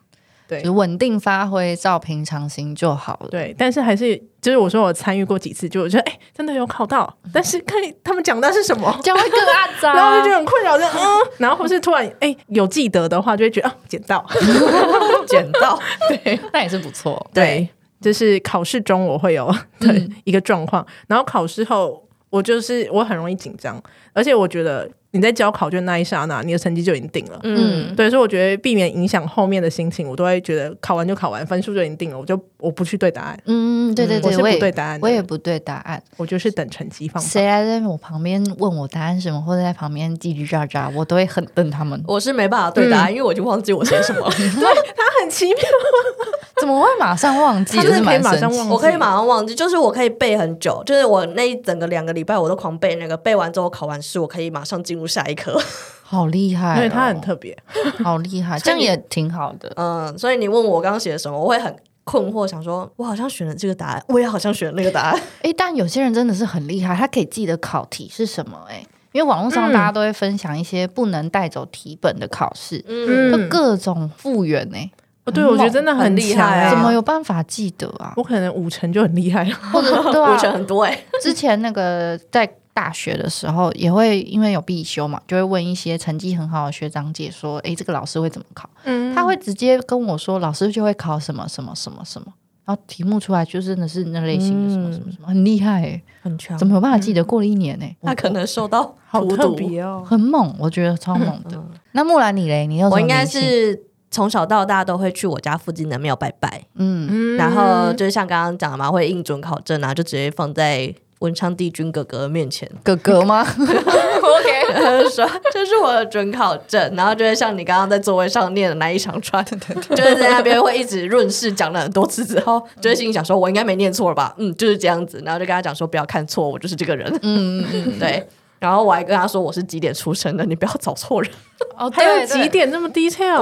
[SPEAKER 3] 对
[SPEAKER 4] 就稳定发挥，照平常心就好了。
[SPEAKER 3] 对，但是还是就是我说我参与过几次，就我觉得哎、真的有考到，但是看他们讲的是什么。
[SPEAKER 4] 这样会更暗 渣
[SPEAKER 3] 然后我就觉得很困扰，就嗯，然后或是突然哎、有记得的话，就会觉得啊捡到，
[SPEAKER 2] 捡到，
[SPEAKER 4] 那也是不错。
[SPEAKER 2] 嗯
[SPEAKER 3] 对，就是考试中我会有的一个状况，然后考试后我就是我很容易紧张，而且我觉得你在交考卷那一刹那，你的成绩就已经定了。
[SPEAKER 2] 嗯，
[SPEAKER 3] 对，所以我觉得避免影响后面的心情，我都会觉得考完就考完，分数就已经定了，我就我不去对答案，
[SPEAKER 4] 嗯，对对
[SPEAKER 3] 我
[SPEAKER 4] 对，
[SPEAKER 3] 是
[SPEAKER 4] 我
[SPEAKER 3] 不
[SPEAKER 4] 也
[SPEAKER 3] 对答案的
[SPEAKER 4] 我也不对答案。
[SPEAKER 3] 我就是等成绩放榜。
[SPEAKER 4] 谁来在我旁边问我答案什么，或者在旁边叽叽喳喳，我都会很瞪他们。
[SPEAKER 2] 我是没办法对答案，因为我已经忘记我写什 么了。
[SPEAKER 3] 他很奇妙，
[SPEAKER 4] 怎么会马上忘记？
[SPEAKER 3] 他
[SPEAKER 4] 就
[SPEAKER 3] 真
[SPEAKER 4] 是
[SPEAKER 3] 的可以
[SPEAKER 4] 蛮
[SPEAKER 3] 马
[SPEAKER 4] 神
[SPEAKER 3] 上
[SPEAKER 4] 奇
[SPEAKER 3] 忘记
[SPEAKER 4] 的。
[SPEAKER 2] 我可以马上忘记，就是我可以背很久，就是我那一整个两个礼拜我都狂背那个，背完之后考完试，我可以马上进入下一科。
[SPEAKER 4] 好厉害哦！
[SPEAKER 3] 因为他很特别。
[SPEAKER 4] 好厉害，这样也挺好的。
[SPEAKER 2] 嗯，所以你问我刚刚写的什么，我会很困惑，想说我好像选了这个答案，我也好像选了那个答案。
[SPEAKER 4] 诶，但有些人真的是很厉害，他可以记得考题是什么、诶，因为网络上
[SPEAKER 3] 嗯
[SPEAKER 4] 大家都会分享一些不能带走题本的考试，
[SPEAKER 2] 嗯，
[SPEAKER 4] 就各种复原诶，
[SPEAKER 3] 哦对，我觉得真的
[SPEAKER 2] 很厉
[SPEAKER 3] 强
[SPEAKER 2] 害啊
[SPEAKER 3] 欸
[SPEAKER 4] 怎么有办法记得啊？
[SPEAKER 3] 我可能五成就很厉害了。
[SPEAKER 4] 或者对
[SPEAKER 2] 我
[SPEAKER 4] 啊，
[SPEAKER 2] 选很多哎、
[SPEAKER 4] 之前那个在大学的时候，也会因为有必修嘛，就会问一些成绩很好的学长姐说：“诶，这个老师会怎么考？”
[SPEAKER 3] 嗯
[SPEAKER 4] 他会直接跟我说：“老师就会考什么什么什么什么。”然后题目出来就真的是那类型的什么什
[SPEAKER 2] 嗯
[SPEAKER 4] 么什么，很厉害诶，
[SPEAKER 2] 很强
[SPEAKER 4] 怎么有办法记得？过了一年呢、
[SPEAKER 2] 他可能受到
[SPEAKER 3] 好
[SPEAKER 2] 荼
[SPEAKER 3] 特
[SPEAKER 2] 毒。
[SPEAKER 3] 别哦。
[SPEAKER 4] 很猛，我觉得超猛的。那木兰你嘞，你有什么
[SPEAKER 2] 嗯我应该
[SPEAKER 4] 迷信
[SPEAKER 2] 是从小到大都会去我家附近的庙拜拜，
[SPEAKER 4] 嗯，
[SPEAKER 3] 嗯
[SPEAKER 2] 然后就是像刚刚讲的嘛，会印准考证啊，就直接放在文昌帝君哥哥面前。
[SPEAKER 4] 哥哥吗？OK，
[SPEAKER 2] 说这是我的准考证，然后就会像你刚刚在座位上念的那一长串，就是在那边会一直润饰讲了很多次之后，就会心里想说，我应该没念错了吧？嗯，就是这样子，然后就跟他讲说，不要看错，我就是这个人。嗯嗯， 对。然后我还跟他说我是几点出生的，你不要找错人。
[SPEAKER 4] 哦，
[SPEAKER 3] 还有
[SPEAKER 4] 对
[SPEAKER 3] 几
[SPEAKER 4] 对，
[SPEAKER 3] 点这么 detail？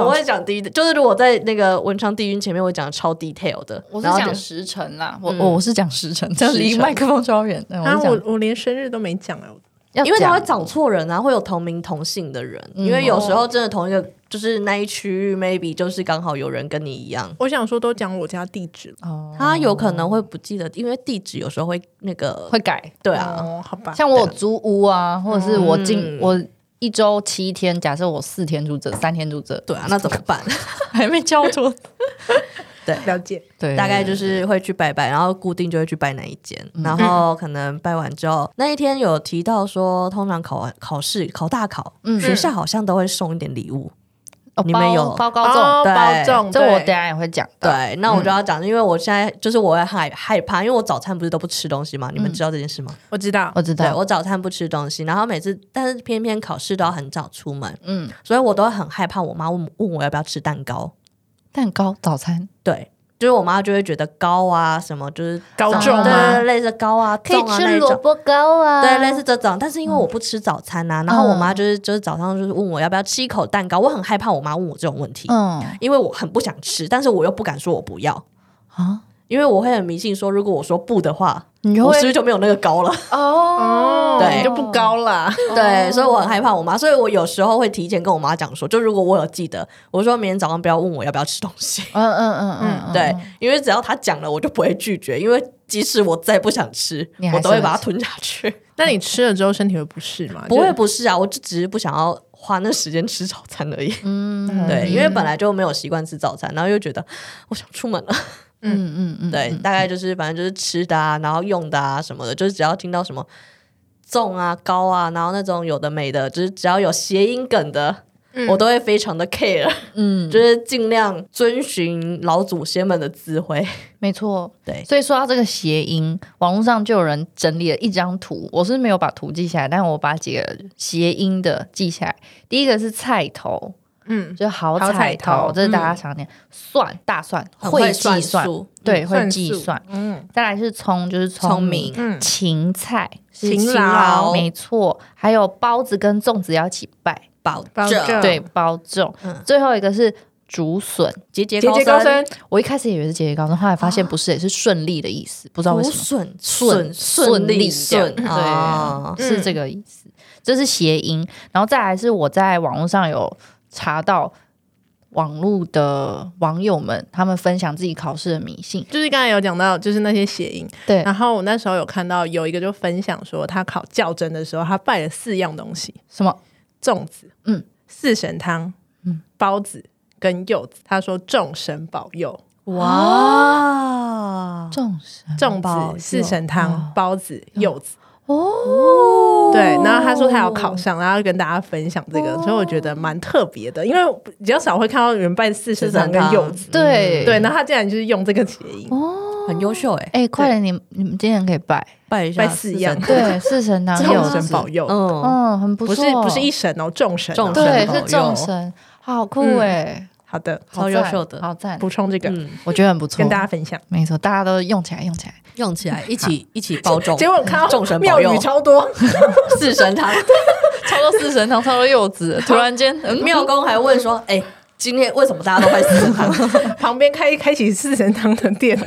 [SPEAKER 2] 我会讲第一，就是如果在那个文昌帝君前面，我讲得超 detail 的。
[SPEAKER 4] 我是
[SPEAKER 2] 然后
[SPEAKER 4] 讲
[SPEAKER 2] 就
[SPEAKER 4] 时辰啦，我
[SPEAKER 2] 嗯
[SPEAKER 4] 我我是讲时辰，这样
[SPEAKER 2] 时
[SPEAKER 4] 离
[SPEAKER 2] 辰
[SPEAKER 4] 麦克风超远。嗯
[SPEAKER 3] 然后
[SPEAKER 4] 我是
[SPEAKER 3] 我我连生日都没讲哎，
[SPEAKER 4] 讲，哦
[SPEAKER 2] 因为他
[SPEAKER 4] 他
[SPEAKER 2] 会找错人啊，会有同名同姓的人，因为有时候真的同一个就是那一区域，maybe 就是刚好有人跟你一样。
[SPEAKER 3] 我想说都讲我家地址了。
[SPEAKER 4] 哦
[SPEAKER 2] 他有可能会不记得，因为地址有时候会那个，
[SPEAKER 4] 会嗯改，
[SPEAKER 2] 对啊，
[SPEAKER 3] 哦，好吧，
[SPEAKER 4] 像我有租屋啊，或者是我进
[SPEAKER 2] 嗯
[SPEAKER 4] 我一周七天，假设我四天住这，三天住这，
[SPEAKER 2] 对啊，那怎么 办？
[SPEAKER 4] 还没交出，
[SPEAKER 3] 了解。
[SPEAKER 4] 对，
[SPEAKER 2] 大概就是会去拜拜，然后固定就会去拜那一间，
[SPEAKER 4] 嗯
[SPEAKER 2] 然后可能拜完之后，那一天有提到说，通常考完考试考大考，
[SPEAKER 4] 嗯
[SPEAKER 2] 学校好像都会送一点礼物，
[SPEAKER 4] 哦
[SPEAKER 2] 你们
[SPEAKER 4] 包
[SPEAKER 2] 有
[SPEAKER 4] 包高中，
[SPEAKER 3] 哦
[SPEAKER 2] 对
[SPEAKER 3] 包中，
[SPEAKER 4] 这我等
[SPEAKER 3] 对
[SPEAKER 4] 一下也会讲到。
[SPEAKER 2] 对，那我就要讲，因为我现在就是我会害害怕，因为我早餐不是都不吃东西嘛，你们知道这件事吗？
[SPEAKER 3] 我知道
[SPEAKER 4] 我嗯知
[SPEAKER 2] 对
[SPEAKER 4] 道，
[SPEAKER 2] 我早餐不吃东西，然后每次但是偏偏考试都要很早出门，
[SPEAKER 4] 嗯，
[SPEAKER 2] 所以我都会很害怕我妈问问我要不要吃蛋糕，
[SPEAKER 4] 蛋糕早餐
[SPEAKER 2] 对。就是我妈就会觉得高啊，什么就是
[SPEAKER 3] 高
[SPEAKER 4] 中
[SPEAKER 2] 对
[SPEAKER 4] 吗
[SPEAKER 2] 对对类似高啊，重啊那种，
[SPEAKER 4] 卜糕啊
[SPEAKER 2] 对，类似这种。但是因为我不吃早餐呐、然后我妈
[SPEAKER 4] 嗯
[SPEAKER 2] 就是就是早上就是问我要不要吃一口蛋糕，我很害怕我妈问我这种问题，
[SPEAKER 4] 嗯
[SPEAKER 2] 因为我很不想吃，但是我又不敢说我不要，
[SPEAKER 4] 啊，
[SPEAKER 2] 因为我会很迷信说，如果我说不的话，
[SPEAKER 4] 你就
[SPEAKER 2] 我
[SPEAKER 4] 会
[SPEAKER 2] 是不是就没有那个 高了？
[SPEAKER 4] 哦
[SPEAKER 2] 对
[SPEAKER 3] 你就不高啦。
[SPEAKER 2] 对，所以我很害怕我妈，所以我有时候会提前跟我妈讲说，就如果我有记得，我说明天早上不要问我要不要吃东西。
[SPEAKER 4] 嗯嗯嗯嗯嗯，
[SPEAKER 2] 对，因为只要她讲了，我就不会拒绝，因为即使我再不想吃
[SPEAKER 4] 你，还
[SPEAKER 2] 我
[SPEAKER 4] 是
[SPEAKER 2] 都会
[SPEAKER 4] 会
[SPEAKER 2] 把它
[SPEAKER 4] 吃
[SPEAKER 2] 吞下去。
[SPEAKER 3] 那你吃了之后身体会不适吗？
[SPEAKER 2] 不会，
[SPEAKER 3] 就，
[SPEAKER 2] 不是啊，我就只是不想要花那时间吃早餐而已。
[SPEAKER 4] 嗯
[SPEAKER 2] 对，因为本来就没有习惯吃早餐，然后又觉得我想出门了。
[SPEAKER 4] 嗯嗯嗯，
[SPEAKER 2] 对，大概就是反正就是吃的啊，然后用的啊什么的，就是只要听到什么重啊、高啊，然后那种有的没的，就是只要有谐音梗的。我都会非常的 care，
[SPEAKER 4] 嗯，
[SPEAKER 2] 就是尽量遵循老祖先们的智慧。
[SPEAKER 4] 没错。
[SPEAKER 2] 对，
[SPEAKER 4] 所以说到这个谐音，网络上就有人整理了一张图，我是没有把图记下来，但我把几个谐音的记下来。第一个是菜头，
[SPEAKER 3] 嗯，
[SPEAKER 4] 就是好
[SPEAKER 3] 好
[SPEAKER 4] 彩
[SPEAKER 3] 彩
[SPEAKER 4] 头，
[SPEAKER 3] 头
[SPEAKER 4] 这是大家常念。蒜大蒜
[SPEAKER 2] 很
[SPEAKER 4] 会计
[SPEAKER 2] 算
[SPEAKER 4] 算，
[SPEAKER 2] 数，
[SPEAKER 4] 对，会
[SPEAKER 3] 算
[SPEAKER 4] 计
[SPEAKER 3] 数
[SPEAKER 4] 算。
[SPEAKER 3] 嗯
[SPEAKER 4] 再来是葱，就是
[SPEAKER 2] 聪
[SPEAKER 4] 明
[SPEAKER 2] 明。
[SPEAKER 3] 嗯，
[SPEAKER 4] 芹菜是
[SPEAKER 3] 勤
[SPEAKER 4] 勤
[SPEAKER 3] 劳
[SPEAKER 4] 劳，没错。还有包子跟粽子要一起拜，
[SPEAKER 2] 保
[SPEAKER 3] 保
[SPEAKER 2] 证
[SPEAKER 3] 证
[SPEAKER 4] 对，包粽。
[SPEAKER 2] 嗯
[SPEAKER 4] 最后一个是竹笋，
[SPEAKER 2] 节节
[SPEAKER 3] 节节高
[SPEAKER 2] 升，
[SPEAKER 3] 升，
[SPEAKER 4] 我一开始以为是节节高升，后来发现不是，也是顺利的意思，不知道为
[SPEAKER 2] 竹
[SPEAKER 4] 什么。
[SPEAKER 2] 笋
[SPEAKER 4] 顺
[SPEAKER 2] 顺利
[SPEAKER 4] 利这样
[SPEAKER 2] 顺
[SPEAKER 4] 对、
[SPEAKER 2] 啊，
[SPEAKER 4] 是这个意思，这是谐音。然后再来是我在网络上有查到网络的网友们，他们分享自己考试的迷信。
[SPEAKER 3] 就是刚才有讲到，就是那些谐音。
[SPEAKER 4] 对，
[SPEAKER 3] 然后我那时候有看到有一个就分享说，他考较真的时候，他拜了四样东西：
[SPEAKER 4] 什么？
[SPEAKER 3] 粽子，
[SPEAKER 4] 嗯，
[SPEAKER 3] 四神汤，嗯，包子跟柚子。他说众神保佑，
[SPEAKER 2] 哇，
[SPEAKER 4] 众神
[SPEAKER 3] 粽
[SPEAKER 2] 保佑
[SPEAKER 4] 嗯
[SPEAKER 3] 子、四神汤、包子、柚子。
[SPEAKER 2] 哦
[SPEAKER 3] 对，然后他说他有考上，然后要跟大家分享这个，所以我
[SPEAKER 4] 哦
[SPEAKER 3] 觉得蛮特别的，因为比较少会看到有人办四神汤
[SPEAKER 2] 啊
[SPEAKER 3] 跟柚子，
[SPEAKER 4] 对
[SPEAKER 3] 对，然后他竟然就是用这个谐音，
[SPEAKER 4] 哦
[SPEAKER 2] 很优秀哎、
[SPEAKER 4] 哎、快点，你们你们今天可以拜，
[SPEAKER 2] 拜一下
[SPEAKER 3] 拜四样
[SPEAKER 2] 神
[SPEAKER 4] 对，四 神堂
[SPEAKER 3] 众
[SPEAKER 4] 有
[SPEAKER 3] 神保佑，
[SPEAKER 2] 嗯，
[SPEAKER 4] 嗯，很不
[SPEAKER 3] 不
[SPEAKER 4] 错，
[SPEAKER 3] 是不是一神哦，众神哦，
[SPEAKER 2] 众神
[SPEAKER 4] 对
[SPEAKER 2] 保
[SPEAKER 4] 是
[SPEAKER 2] 佑
[SPEAKER 4] 众神，好酷
[SPEAKER 3] 嗯
[SPEAKER 4] 哎、
[SPEAKER 3] 好的，
[SPEAKER 4] 好
[SPEAKER 2] 超优
[SPEAKER 4] 赞
[SPEAKER 2] 秀的
[SPEAKER 4] 好赞，
[SPEAKER 3] 补充这个
[SPEAKER 2] 嗯，
[SPEAKER 4] 我觉得很不错，
[SPEAKER 3] 跟大家分享。
[SPEAKER 4] 没错，大家都用起来，用起来。
[SPEAKER 2] 用起来一起一起包中，
[SPEAKER 3] 结果我看
[SPEAKER 2] 众
[SPEAKER 3] 到
[SPEAKER 2] 神
[SPEAKER 3] 庙
[SPEAKER 2] 保佑
[SPEAKER 3] 宇超多，
[SPEAKER 2] 四神 汤，
[SPEAKER 4] 超多四神汤，超多柚子，突然间， 嗯
[SPEAKER 2] 庙公还问说，哎、今天为什么大家都拜四神汤？
[SPEAKER 3] 旁边开开启四神汤的店。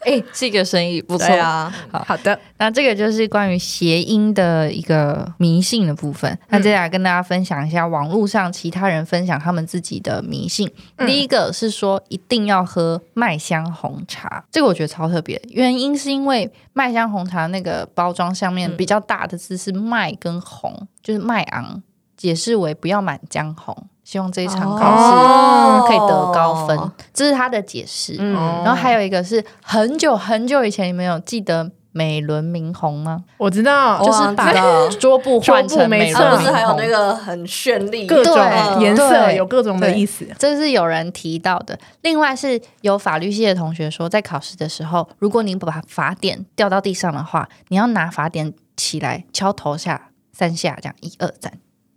[SPEAKER 4] 哎、是一个生意，不错
[SPEAKER 2] 对。啊，
[SPEAKER 3] 好的，
[SPEAKER 4] 那这个就是关于谐音的一个迷信的部分。那接下来跟大家分享一下网络上其他人分享他们自己的迷信。第一个是说一定要喝麦香红茶，这个我觉得超特别，原因是因为麦香红茶那个包装上面比较大的字是麦跟红，就是麦昂，解释为不要满江红。希望这一场考
[SPEAKER 2] 哦
[SPEAKER 4] 试可以得高分，这是他的解释。
[SPEAKER 2] 嗯
[SPEAKER 4] 然后还有一个是很久很久以前，你们有记得美轮明宏吗？
[SPEAKER 3] 我知道，
[SPEAKER 4] 哦
[SPEAKER 2] 就
[SPEAKER 3] 就是是
[SPEAKER 2] 把
[SPEAKER 4] 桌布换
[SPEAKER 3] 桌
[SPEAKER 4] 成
[SPEAKER 3] 布
[SPEAKER 4] 美
[SPEAKER 3] 没
[SPEAKER 4] 轮明宏，
[SPEAKER 2] 他嗯
[SPEAKER 3] 错
[SPEAKER 2] 不是还有那个很绚丽，
[SPEAKER 3] 各种
[SPEAKER 4] 对
[SPEAKER 3] 颜色，
[SPEAKER 4] 对
[SPEAKER 3] 有各种的
[SPEAKER 4] 对
[SPEAKER 3] 意思。
[SPEAKER 4] 这是有人提到的。另外是有法律系的同学说，在考试的时候，如果你把法典掉到地上的话，你要拿法典起来敲头下三下，这样一二三，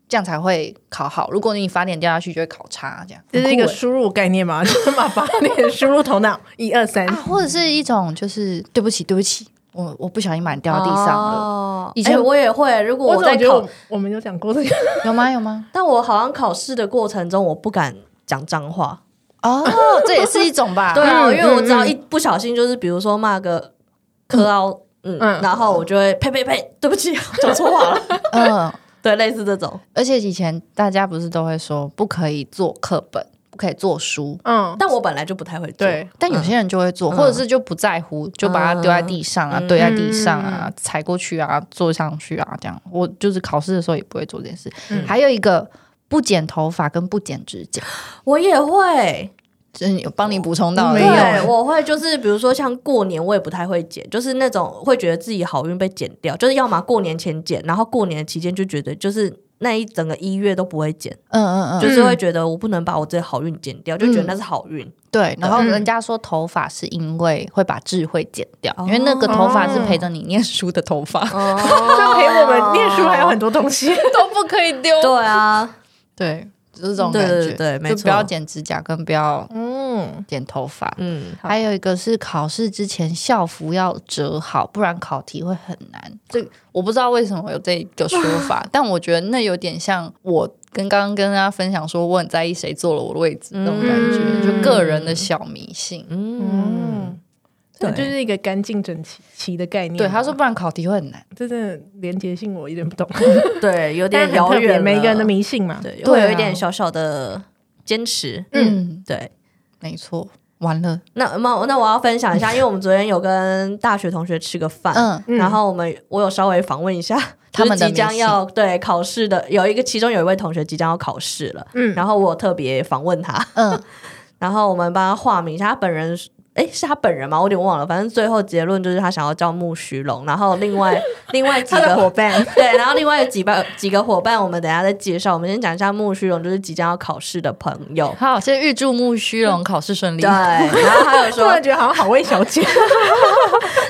[SPEAKER 4] 这样才会考好。如果你法典掉下去，就会考差，这样
[SPEAKER 3] 这是一个
[SPEAKER 4] 很酷欸
[SPEAKER 3] 输入概念嘛， 就是把把脸输入 头脑，一二三
[SPEAKER 4] 啊，。或者是一种就是对不起，对不起，我我不小心把你掉到地上了，
[SPEAKER 2] 哦
[SPEAKER 4] 以前
[SPEAKER 2] 哎我也会，如果
[SPEAKER 3] 我
[SPEAKER 2] 我
[SPEAKER 3] 怎么
[SPEAKER 2] 在
[SPEAKER 3] 觉得
[SPEAKER 2] 考
[SPEAKER 3] 我，我们有讲 过这个？
[SPEAKER 4] 有吗？有吗？
[SPEAKER 2] 但我好像考试的过程中，我不敢讲脏话。
[SPEAKER 4] 哦，这也是一种吧？
[SPEAKER 2] 对啊，
[SPEAKER 3] 嗯
[SPEAKER 2] 因为我
[SPEAKER 3] 嗯
[SPEAKER 2] 只要
[SPEAKER 3] 嗯
[SPEAKER 2] 一不小心，就是比如说骂个科奥，嗯，
[SPEAKER 3] 嗯
[SPEAKER 2] 然后我就会呸呸呸，对不起，讲错话 了。
[SPEAKER 4] 嗯，
[SPEAKER 2] 对，类似这种，
[SPEAKER 4] 而且以前大家不是都会说不可以做课本，不可以做书，
[SPEAKER 3] 嗯，
[SPEAKER 2] 但我本来就不太会做。
[SPEAKER 3] 对，
[SPEAKER 4] 但有些人就会做，或者是就不在乎，就把它丢在地上啊，
[SPEAKER 2] 嗯
[SPEAKER 4] 堆在地上啊，踩过去啊，坐上去啊，这样。我就是考试的时候也不会做这件事。
[SPEAKER 3] 嗯
[SPEAKER 4] 还有一个不剪头发跟不剪指甲，
[SPEAKER 2] 我也会，
[SPEAKER 4] 就是有帮你补充到
[SPEAKER 3] 我
[SPEAKER 4] 了
[SPEAKER 3] 没
[SPEAKER 4] 一
[SPEAKER 3] 有
[SPEAKER 4] 个
[SPEAKER 2] 哦对，我会就是比如说像过年，我也不太会剪，就是那种会觉得自己好运被剪掉，就是要么过年前剪，然后过年期间就觉得就是那一整个一月都不会剪，
[SPEAKER 4] 嗯嗯嗯，
[SPEAKER 2] 就是会觉得我不能把我这好运剪掉，就觉得
[SPEAKER 4] 嗯
[SPEAKER 2] 那是好运。
[SPEAKER 4] 对。然后
[SPEAKER 3] 嗯
[SPEAKER 4] 人家说头发是因为会把智慧剪掉，因为那个头发是陪着你念书的头发，
[SPEAKER 2] 哦，
[SPEAKER 3] 他陪我们念书还有很多东西。
[SPEAKER 4] 都不可以丢。
[SPEAKER 2] 对啊，
[SPEAKER 4] 对，就是这种
[SPEAKER 2] 对
[SPEAKER 4] 感觉。
[SPEAKER 2] 对对，没
[SPEAKER 4] 就
[SPEAKER 2] 错，
[SPEAKER 4] 不要剪指甲，跟不要
[SPEAKER 3] 嗯，
[SPEAKER 4] 剪头发。
[SPEAKER 2] 嗯，
[SPEAKER 4] 还有一个是考试之前校服要折好，不然考题会很难。这我不知道为什么有这个说 法，但我觉得那有点像我跟刚刚跟大家分享说我很在意谁坐了我的位置那种感觉，
[SPEAKER 3] 嗯
[SPEAKER 4] 就个人的小迷信。
[SPEAKER 2] 嗯，
[SPEAKER 3] 这
[SPEAKER 2] 对
[SPEAKER 3] 就是一个干净整齐齐的概念。
[SPEAKER 4] 对，他说，不然考题会很难。
[SPEAKER 3] 这真的连结性我一点不懂，
[SPEAKER 2] 对， 有
[SPEAKER 3] 但
[SPEAKER 2] 点
[SPEAKER 3] 很
[SPEAKER 2] 遥
[SPEAKER 3] 特别，
[SPEAKER 2] 远，
[SPEAKER 3] 每一个人的，迷信嘛。
[SPEAKER 2] 对，
[SPEAKER 4] 对
[SPEAKER 2] 会
[SPEAKER 4] 啊
[SPEAKER 2] 有一点小小的坚持，
[SPEAKER 4] 嗯，
[SPEAKER 2] 对。
[SPEAKER 4] 没错。完了，
[SPEAKER 2] 那那那我要分享一下，因为我们昨天有跟大学同学吃个饭，
[SPEAKER 4] 嗯，
[SPEAKER 3] 嗯
[SPEAKER 2] 然后我们我有稍微访问一下
[SPEAKER 4] 他们
[SPEAKER 2] 啊就
[SPEAKER 4] 的
[SPEAKER 2] 是即将
[SPEAKER 4] 迷信
[SPEAKER 2] 要对考试的，有一个其中有一位同学即将要考试了，
[SPEAKER 3] 嗯
[SPEAKER 2] 然后我有特别访问他，
[SPEAKER 4] 嗯，
[SPEAKER 2] 然后我们帮他化名一下，他本人是。诶，是他本人吗？我有点忘了。反正最后结论就是他想要叫木须龙，然后另 外另外几
[SPEAKER 3] 他
[SPEAKER 2] 个
[SPEAKER 3] 的伙伴，
[SPEAKER 2] 对，然后另外有几伴几个伙伴，我们等一下再介绍。我们先讲一下木须龙，就是即将要考试的朋友。
[SPEAKER 4] 好，先预祝木须龙考试顺利。
[SPEAKER 2] 对，然后还有
[SPEAKER 3] 突然
[SPEAKER 2] 说
[SPEAKER 3] 觉得好像好味小姐。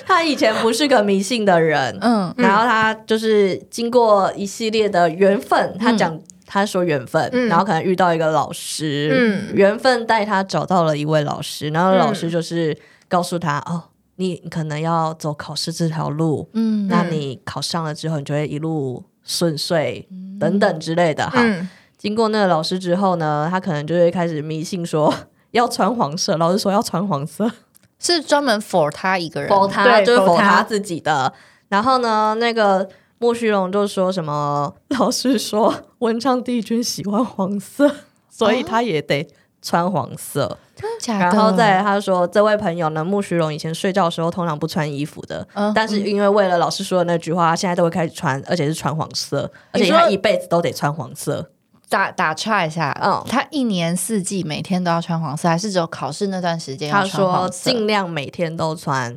[SPEAKER 2] 他以前不是个迷信的人，
[SPEAKER 4] 嗯，
[SPEAKER 2] 然后他就是经过一系列的缘分，他讲、他说缘分，
[SPEAKER 3] 嗯
[SPEAKER 2] 然后可能遇到一个老师，
[SPEAKER 3] 嗯
[SPEAKER 2] 缘分带他找到了一位老师，然后老师
[SPEAKER 3] 嗯
[SPEAKER 2] 就是告诉他、哦，你可能要走考试这条路，
[SPEAKER 4] 嗯，
[SPEAKER 2] 那你考上了之后，你就会一路顺遂、等等之类的。好，
[SPEAKER 3] 嗯，
[SPEAKER 2] 经过那个老师之后呢，他可能就会开始迷信说。 要穿黄色，老师说要穿黄色，
[SPEAKER 4] 是专门 for 他一个人，
[SPEAKER 2] 否他
[SPEAKER 3] 对
[SPEAKER 2] 就是
[SPEAKER 3] 否
[SPEAKER 2] 否他
[SPEAKER 3] 他
[SPEAKER 2] 自己的。然后呢，那个莫须龙就说什么，老师说文昌帝君喜欢黄色，所以他也得。穿黄色，
[SPEAKER 4] 真的哦假的？
[SPEAKER 2] 然后再来他说，这位朋友呢，木须龙以前睡觉的时候通常不穿衣服的，
[SPEAKER 4] 嗯
[SPEAKER 2] 但是因为为了老师说的那句话，他现在都会开始穿，而且是穿黄色，而
[SPEAKER 3] 你
[SPEAKER 2] 且
[SPEAKER 3] 说
[SPEAKER 2] 他一辈子都得穿黄色。
[SPEAKER 4] 打打岔一下，
[SPEAKER 2] 嗯
[SPEAKER 4] 嗯，他一年四季每天都要穿黄色，还是只有考试那段时间要
[SPEAKER 2] 他
[SPEAKER 4] 穿
[SPEAKER 2] 说
[SPEAKER 4] 黄色？
[SPEAKER 2] 尽量每天都穿，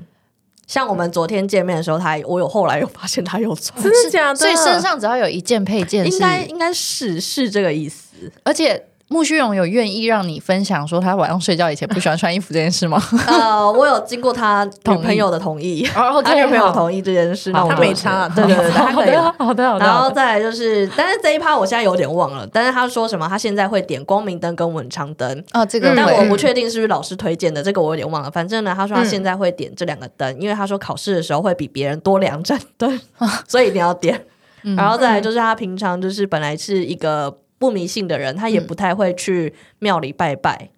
[SPEAKER 2] 像我们昨天见面的时候，他我有后来有发现他有穿，
[SPEAKER 3] 真的假的？
[SPEAKER 4] 所以 身上只要有一件配件
[SPEAKER 2] 应
[SPEAKER 4] 是，
[SPEAKER 2] 该应该是是这个意思。
[SPEAKER 4] 而且。木须荣有愿意让你分享说他晚上睡觉以前不喜欢穿衣服这件事 吗？
[SPEAKER 2] 呃，我有经过他女
[SPEAKER 4] 同意
[SPEAKER 2] 朋友的同 意，
[SPEAKER 4] 哦
[SPEAKER 2] 他女朋友
[SPEAKER 4] 意。
[SPEAKER 2] 同意这件事，那我
[SPEAKER 3] 他
[SPEAKER 2] 就
[SPEAKER 3] 没差啊，
[SPEAKER 2] 对对对，对他
[SPEAKER 4] 好
[SPEAKER 2] 可以了
[SPEAKER 4] 的，。好的，好的。
[SPEAKER 2] 然后再来就是，但是这一趴我现在有点忘了。但是他说什么？他现在会点光明灯跟文昌灯，
[SPEAKER 4] 啊，这个会
[SPEAKER 3] 嗯
[SPEAKER 2] 但我不确定是不是老师推荐的，这个我有点忘了。反正呢，他说他现在会点这两个灯，因为他说考试的时候会比别人多两盏 灯，所以一定要点。然后再来就是他平常就是本来是一个不迷信的人，他也不太会去庙里拜拜。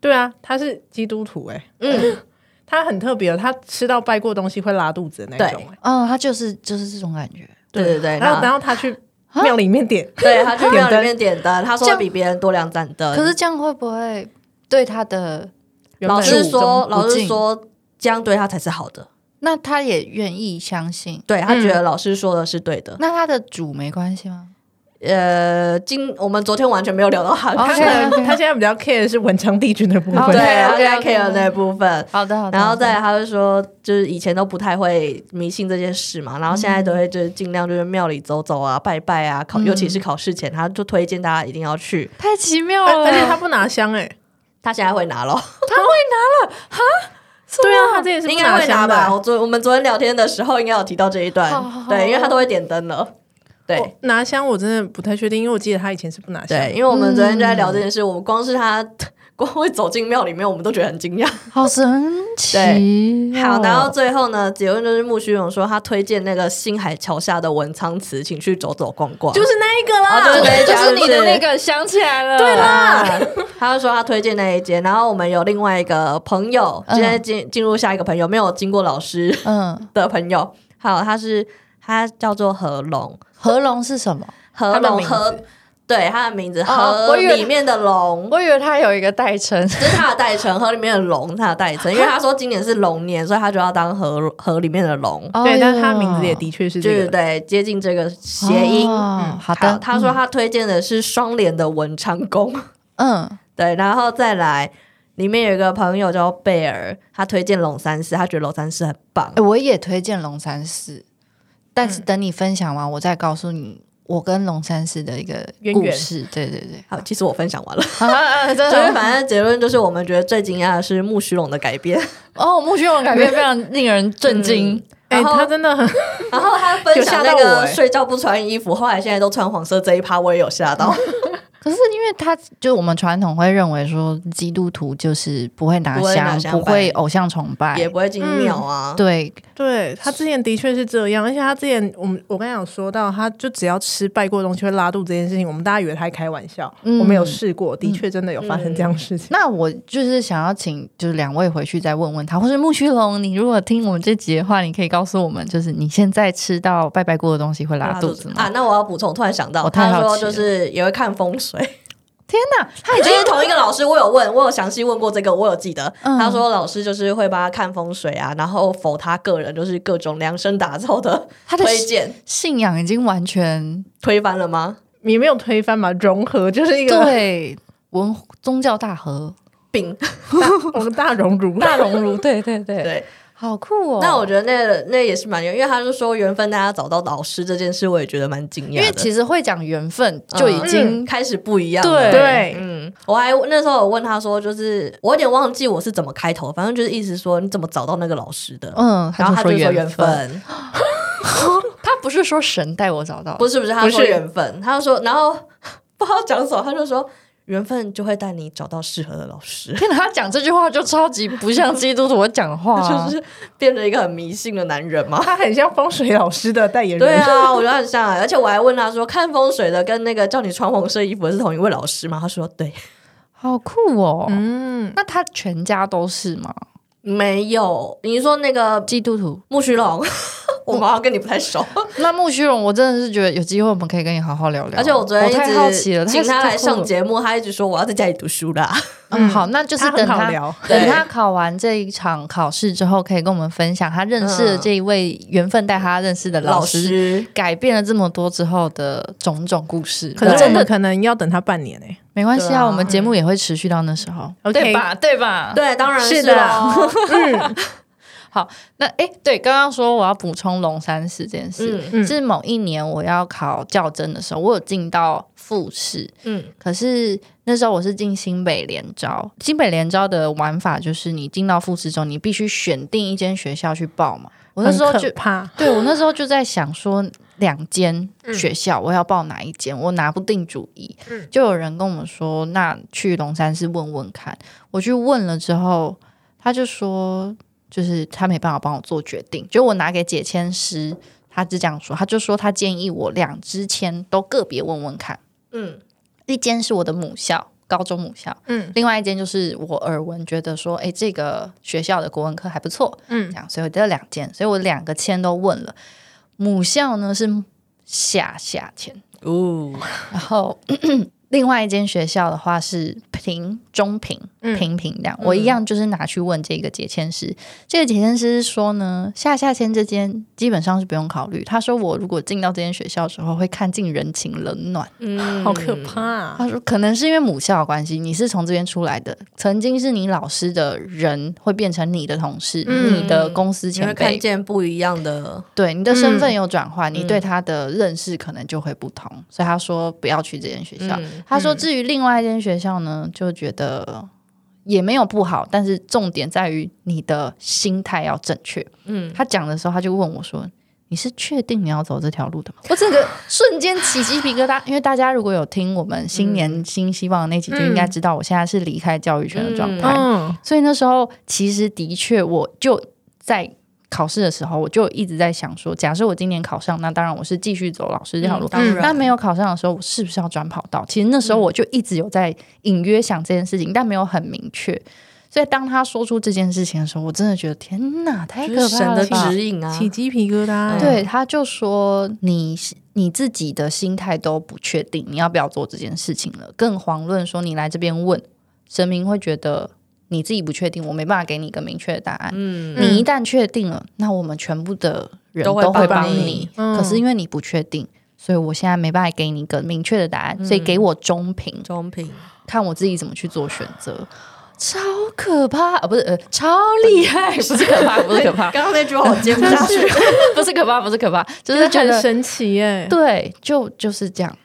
[SPEAKER 3] 对啊，他是基督徒哎、
[SPEAKER 2] 嗯，
[SPEAKER 3] 他很特别哦，他吃到拜过东西会拉肚子的那种、欸。
[SPEAKER 4] 嗯，他就是就是这种感觉。
[SPEAKER 2] 对对对，
[SPEAKER 3] 然后然
[SPEAKER 2] 后
[SPEAKER 3] 后他去
[SPEAKER 4] 啊
[SPEAKER 3] 庙里面点，
[SPEAKER 2] 对他去庙里
[SPEAKER 3] 点
[SPEAKER 2] 面点灯，他
[SPEAKER 4] 这
[SPEAKER 2] 说会
[SPEAKER 4] 样
[SPEAKER 2] 比别人多两盏灯。
[SPEAKER 4] 可是这样会不会对他的？
[SPEAKER 3] 原本
[SPEAKER 2] 老
[SPEAKER 4] 原
[SPEAKER 2] 师
[SPEAKER 4] 本
[SPEAKER 2] 说，
[SPEAKER 4] 不
[SPEAKER 2] 老师
[SPEAKER 4] 敬
[SPEAKER 2] 说这样对他才是好的，
[SPEAKER 4] 那他也愿意相信？
[SPEAKER 2] 对他觉得老师说的是对的。
[SPEAKER 4] 那他的主没关系吗？
[SPEAKER 2] 呃，今我们昨天完全没有聊到他，
[SPEAKER 4] 哦
[SPEAKER 3] 他可能他现在比较 care 的是文昌帝君的部
[SPEAKER 4] 哦
[SPEAKER 3] 分。
[SPEAKER 2] 对，他
[SPEAKER 4] OK，OK，OK
[SPEAKER 2] 在 care 那部分。
[SPEAKER 4] 好的，好的。
[SPEAKER 2] 然后
[SPEAKER 4] 好的
[SPEAKER 2] 再来，他就说，就是以前都不太会迷信这件事嘛，然后现在
[SPEAKER 4] 嗯
[SPEAKER 2] 都会就是尽量就是庙里走走啊、拜拜啊，考尤其是考试前，他就推荐大家一定要去。
[SPEAKER 4] 太奇妙
[SPEAKER 3] 而
[SPEAKER 4] 了，
[SPEAKER 3] 而且他不拿香哎、欸，
[SPEAKER 2] 他现在会拿咯，
[SPEAKER 3] 对啊，他这也是不
[SPEAKER 2] 应该会拿
[SPEAKER 3] 香的
[SPEAKER 2] 吧？
[SPEAKER 3] 欸。
[SPEAKER 2] 我昨我们昨天聊天的时候应该有提到这一段
[SPEAKER 4] 好好，好
[SPEAKER 2] 对，因为他都会点灯了，对。
[SPEAKER 3] 我拿香我真的不太确定，因为我记得他以前是不拿香。
[SPEAKER 2] 对，因为我们昨天就在聊这
[SPEAKER 3] 嗯
[SPEAKER 2] 件事，我们光是他 光会走进庙里面，我们都觉得很惊讶。
[SPEAKER 4] 好神奇
[SPEAKER 3] 嗯
[SPEAKER 4] 哦。
[SPEAKER 2] 好，然后最后呢，结论就是木须勇说他推荐那个新海桥下的文昌祠，请去走走逛逛。
[SPEAKER 3] 就是那一个啦，
[SPEAKER 2] 哦对对
[SPEAKER 4] 就
[SPEAKER 2] 对
[SPEAKER 4] 是你的那个想起来了，对啦，
[SPEAKER 2] 啊，他就说他推荐那一间，然后我们有另外一个朋友，
[SPEAKER 4] 嗯
[SPEAKER 2] 现在进进入下一个朋友，没有经过老师
[SPEAKER 4] 嗯，
[SPEAKER 2] 的朋友，好，他是他叫做何龙，
[SPEAKER 4] 合龙是什么？
[SPEAKER 2] 何
[SPEAKER 3] 他的
[SPEAKER 2] 龙
[SPEAKER 3] 名字
[SPEAKER 2] 何，对他的名字
[SPEAKER 4] 哦
[SPEAKER 2] 何
[SPEAKER 4] 我以为
[SPEAKER 2] 里面的龙，
[SPEAKER 4] 我以为他有一个代称，
[SPEAKER 2] 这是他的代称，河里面的龙，他的代称，因为他说今年是龙年，所以他就要当河河里面的龙，
[SPEAKER 4] 哦
[SPEAKER 3] 对，但是他名字也的确是
[SPEAKER 2] 就
[SPEAKER 3] 这
[SPEAKER 2] 是
[SPEAKER 3] 个。
[SPEAKER 2] 对接近这个谐音。
[SPEAKER 4] 哦
[SPEAKER 3] 嗯
[SPEAKER 4] 好的，
[SPEAKER 2] 他说他推荐的是双联的文昌宫，
[SPEAKER 4] 嗯，
[SPEAKER 2] 对，然后再来里面有一个朋友叫贝尔，他推荐龙山寺，他觉得龙山寺很棒。
[SPEAKER 4] 哎我也推荐龙山寺，但是等你分享完，我再告诉你我跟龙山寺的一个
[SPEAKER 3] 渊
[SPEAKER 4] 故
[SPEAKER 3] 源
[SPEAKER 4] 事。对对 对，
[SPEAKER 2] 好，其实我分享 完了，
[SPEAKER 4] 啊，真
[SPEAKER 2] 所以反正结论就是，我们觉得最惊讶的是木须龙的 改变，
[SPEAKER 4] 哦，木须龙改变非常令人震惊。
[SPEAKER 3] 哎、
[SPEAKER 2] 然后
[SPEAKER 3] 他真的很
[SPEAKER 2] 然后他分享那
[SPEAKER 3] 有吓到我
[SPEAKER 2] 个
[SPEAKER 3] 欸
[SPEAKER 2] 睡觉不穿衣服，后来现在都穿黄色这一趴，我也有吓到。
[SPEAKER 4] 可是因为他就我们传统会认为说基督徒就是不会拿
[SPEAKER 2] 不会拿
[SPEAKER 4] 香，
[SPEAKER 2] 香
[SPEAKER 4] 不
[SPEAKER 2] 拜
[SPEAKER 4] 会偶像崇拜，
[SPEAKER 2] 也不会进庙啊。
[SPEAKER 4] 对，
[SPEAKER 3] 对他之前的确是这样，而且他之前我们我刚才有说到，他就只要吃拜过东西会拉肚子这件事情，我们大家以为他在开玩笑，
[SPEAKER 4] 嗯
[SPEAKER 3] 我们有试过，的确真的有发
[SPEAKER 2] 嗯
[SPEAKER 3] 生这样的事情。
[SPEAKER 4] 那我就是想要请，就是两位回去再问问他，或是木须龙，你如果听我们这集的话，你可以告诉我们，就是你现在吃到拜拜过的东西会拉肚子吗？
[SPEAKER 2] 啊！那我要补充，突然想到，
[SPEAKER 4] 我太
[SPEAKER 2] 他
[SPEAKER 4] 好
[SPEAKER 2] 说
[SPEAKER 4] 奇
[SPEAKER 2] 就
[SPEAKER 4] 了哎
[SPEAKER 2] 是也会看 风水，
[SPEAKER 4] 天哪，他已
[SPEAKER 2] 就
[SPEAKER 4] 经
[SPEAKER 2] 是同一个老师，我有问，我有详细问过这个，我有记得，
[SPEAKER 4] 嗯
[SPEAKER 2] 他说老师就是会帮他看风水啊，然后否他个人就是各种量身打造的
[SPEAKER 4] 他的
[SPEAKER 2] 推荐，
[SPEAKER 4] 信仰已经完全
[SPEAKER 2] 推翻了吗？
[SPEAKER 3] 也没有推翻嘛，融合就是一个
[SPEAKER 4] 对文宗教大和
[SPEAKER 2] 并
[SPEAKER 3] 我们大熔炉，
[SPEAKER 4] 大熔炉，对对对，
[SPEAKER 2] 嗯对，
[SPEAKER 4] 好酷哦！
[SPEAKER 2] 那我觉得那那也是蛮有，因为他就说缘分，大家找到老师这件事，我也觉得蛮惊讶的，嗯
[SPEAKER 4] 因为其实会讲缘分就已经、
[SPEAKER 2] 开始不一样
[SPEAKER 4] 对
[SPEAKER 2] 了，
[SPEAKER 3] 对
[SPEAKER 2] 嗯，我还那时候有问他说，就是我有点忘记我是怎么开头，反正就是意思说你怎么找到那个老师的，
[SPEAKER 4] 嗯，
[SPEAKER 2] 然后他就
[SPEAKER 4] 说
[SPEAKER 2] 说
[SPEAKER 4] 缘
[SPEAKER 2] 缘，分，
[SPEAKER 4] 他不是说神带我找到，
[SPEAKER 2] 不是不是，他
[SPEAKER 3] 不
[SPEAKER 2] 说
[SPEAKER 3] 是
[SPEAKER 2] 缘分，他就说，然后 不知道讲什么，他就说缘分就会带你找到适合的老师，
[SPEAKER 4] 天哪，他讲这句话就超级不像基督徒讲话、啊，
[SPEAKER 2] 就是变成一个很迷信的男人 嘛。
[SPEAKER 3] 他很像风水老师的代言人。
[SPEAKER 2] 对啊，我觉得很像、而且我还问他说，看风水的跟那个叫你穿红色衣服的是同一位老师吗？他说对，
[SPEAKER 4] 好酷哦！
[SPEAKER 2] 啊
[SPEAKER 3] 嗯，
[SPEAKER 4] 那他全家都是吗？
[SPEAKER 2] 没有。你说那个
[SPEAKER 4] 基督徒？
[SPEAKER 2] 木须龙， 我好像跟你不太熟。
[SPEAKER 4] 那木须荣，我真的是觉得有机会我们可以跟你好好聊聊。
[SPEAKER 2] 而且我昨天一直
[SPEAKER 4] 太好奇了，
[SPEAKER 2] 请他
[SPEAKER 4] 他
[SPEAKER 2] 来上。节目，他一直说我要在家里读书啦。
[SPEAKER 4] 嗯，好，那就是
[SPEAKER 3] 他
[SPEAKER 4] 等
[SPEAKER 3] 很好
[SPEAKER 4] 他
[SPEAKER 3] 聊，
[SPEAKER 2] 对
[SPEAKER 4] 等他考完这一场考试之后，可以跟我们分享他认识的这一位缘分带他认识的 老师，
[SPEAKER 2] 师，
[SPEAKER 4] 改变了这么多之后的种种故事。
[SPEAKER 3] 可是我
[SPEAKER 4] 真
[SPEAKER 3] 们
[SPEAKER 4] 的
[SPEAKER 3] 可能要等他半年哎。
[SPEAKER 4] 没关系
[SPEAKER 2] 对
[SPEAKER 4] 啊，
[SPEAKER 2] 啊
[SPEAKER 4] 我们节目也会持续到那时候，
[SPEAKER 3] OK
[SPEAKER 4] 对吧？对吧？
[SPEAKER 2] 对，当然
[SPEAKER 3] 是
[SPEAKER 2] 的
[SPEAKER 3] 的。
[SPEAKER 2] 咯。
[SPEAKER 4] 好，那哎、诶对，刚刚说我要补充龙山寺这件事，
[SPEAKER 2] 嗯
[SPEAKER 3] 嗯
[SPEAKER 4] 是某一年我要考教甄的时候，我有进到复试，
[SPEAKER 2] 嗯
[SPEAKER 4] 可是那时候我是进新北联招，新北联招的玩法就是你进到复试中，你必须选定一间学校去报嘛。我那时候
[SPEAKER 3] 很
[SPEAKER 4] 就
[SPEAKER 3] 可怕，
[SPEAKER 4] 对我那时候就在想说，两间学校我要报哪一间，我拿不定主意。
[SPEAKER 3] 嗯
[SPEAKER 4] 就有人跟我说，那去龙山寺问问看。我去问了之后，他就说，就是他没办法帮我做决定。就我拿给解签师，他只这样说，他就说他建议我两支签都个别问问看。
[SPEAKER 2] 嗯
[SPEAKER 4] 一间是我的母校，高中母校，
[SPEAKER 3] 嗯
[SPEAKER 4] 另外一间就是我耳闻觉得说，哎，这个学校的国文科还不错，
[SPEAKER 3] 嗯
[SPEAKER 4] 这样，所以我得了两件，所以我两个签都问了。母校呢是下下签，
[SPEAKER 2] 哦，
[SPEAKER 4] 然后 另外一间学校的话是平中平
[SPEAKER 3] 嗯
[SPEAKER 4] 平平这样，我一样就是拿去问这个解签师，这个解签师说呢，下下签这间基本上是不用考虑。他说我如果进到这间学校的时候，会看尽人情冷暖。
[SPEAKER 2] 嗯
[SPEAKER 3] 好可怕啊！
[SPEAKER 4] 他说可能是因为母校的关系，你是从这边出来的，曾经是你老师的人会变成你的同事，
[SPEAKER 3] 嗯
[SPEAKER 4] 你的公司
[SPEAKER 2] 你会
[SPEAKER 4] 前辈
[SPEAKER 2] 看，见不一样的，
[SPEAKER 4] 对你的身份有转换，你
[SPEAKER 2] 嗯
[SPEAKER 4] 对他的认识可能就会不同，所以他说不要去这间学校。
[SPEAKER 2] 嗯
[SPEAKER 4] 他说至于另外一间学校呢，就觉得也没有不好，但是重点在于你的心态要正确。
[SPEAKER 2] 嗯，
[SPEAKER 4] 他讲的时候，他就问我说。你是确定你要走这条路的吗？我整个瞬间起鸡皮疙瘩，因为大家如果有听我们新
[SPEAKER 2] 嗯
[SPEAKER 4] 年新希望那集，就应该知道我现在是离开教育圈的状态。
[SPEAKER 3] 嗯
[SPEAKER 4] 所以那时候其实的确，我就在考试的时候，我就一直在想说，假设我今年考上，那当然我是继续走老师这条路。
[SPEAKER 2] 当
[SPEAKER 3] 嗯
[SPEAKER 2] 然，嗯
[SPEAKER 4] 但没有考上的时候，我是不是要转跑道？其实那时候我就一直有在隐约想这件事情，但没有很明确。所以当他说出这件事情的时候，我真的觉得天哪，太
[SPEAKER 2] 就是
[SPEAKER 4] 可
[SPEAKER 2] 神
[SPEAKER 4] 怕
[SPEAKER 2] 的
[SPEAKER 4] 了吧！
[SPEAKER 2] 指引啊，
[SPEAKER 3] 起鸡皮疙瘩，
[SPEAKER 4] 对，他就说你你自己的心态都不确定，你要不要做这件事情了？更遑论说你来这边问神明会觉得你自己不确定，我没办法给你一个明确的答案。
[SPEAKER 2] 嗯
[SPEAKER 4] 你一旦确定了，那我们全部的人
[SPEAKER 2] 都会
[SPEAKER 4] 会
[SPEAKER 2] 帮
[SPEAKER 4] 帮
[SPEAKER 2] 你
[SPEAKER 3] 嗯
[SPEAKER 4] 可是因为你不确定，所以我现在没办法给你一个明确的答案，所
[SPEAKER 2] 嗯
[SPEAKER 4] 以给我中评，
[SPEAKER 2] 中平，
[SPEAKER 4] 看我自己怎么去做选择。超可怕啊！不是，呃，超厉害，不是可怕，不是可怕，
[SPEAKER 2] 刚刚那句话我接不下去，
[SPEAKER 4] 不是可怕，不是可怕，就是
[SPEAKER 3] 真的
[SPEAKER 4] 觉得
[SPEAKER 3] 很神奇耶！哦
[SPEAKER 4] 对，就就是这样。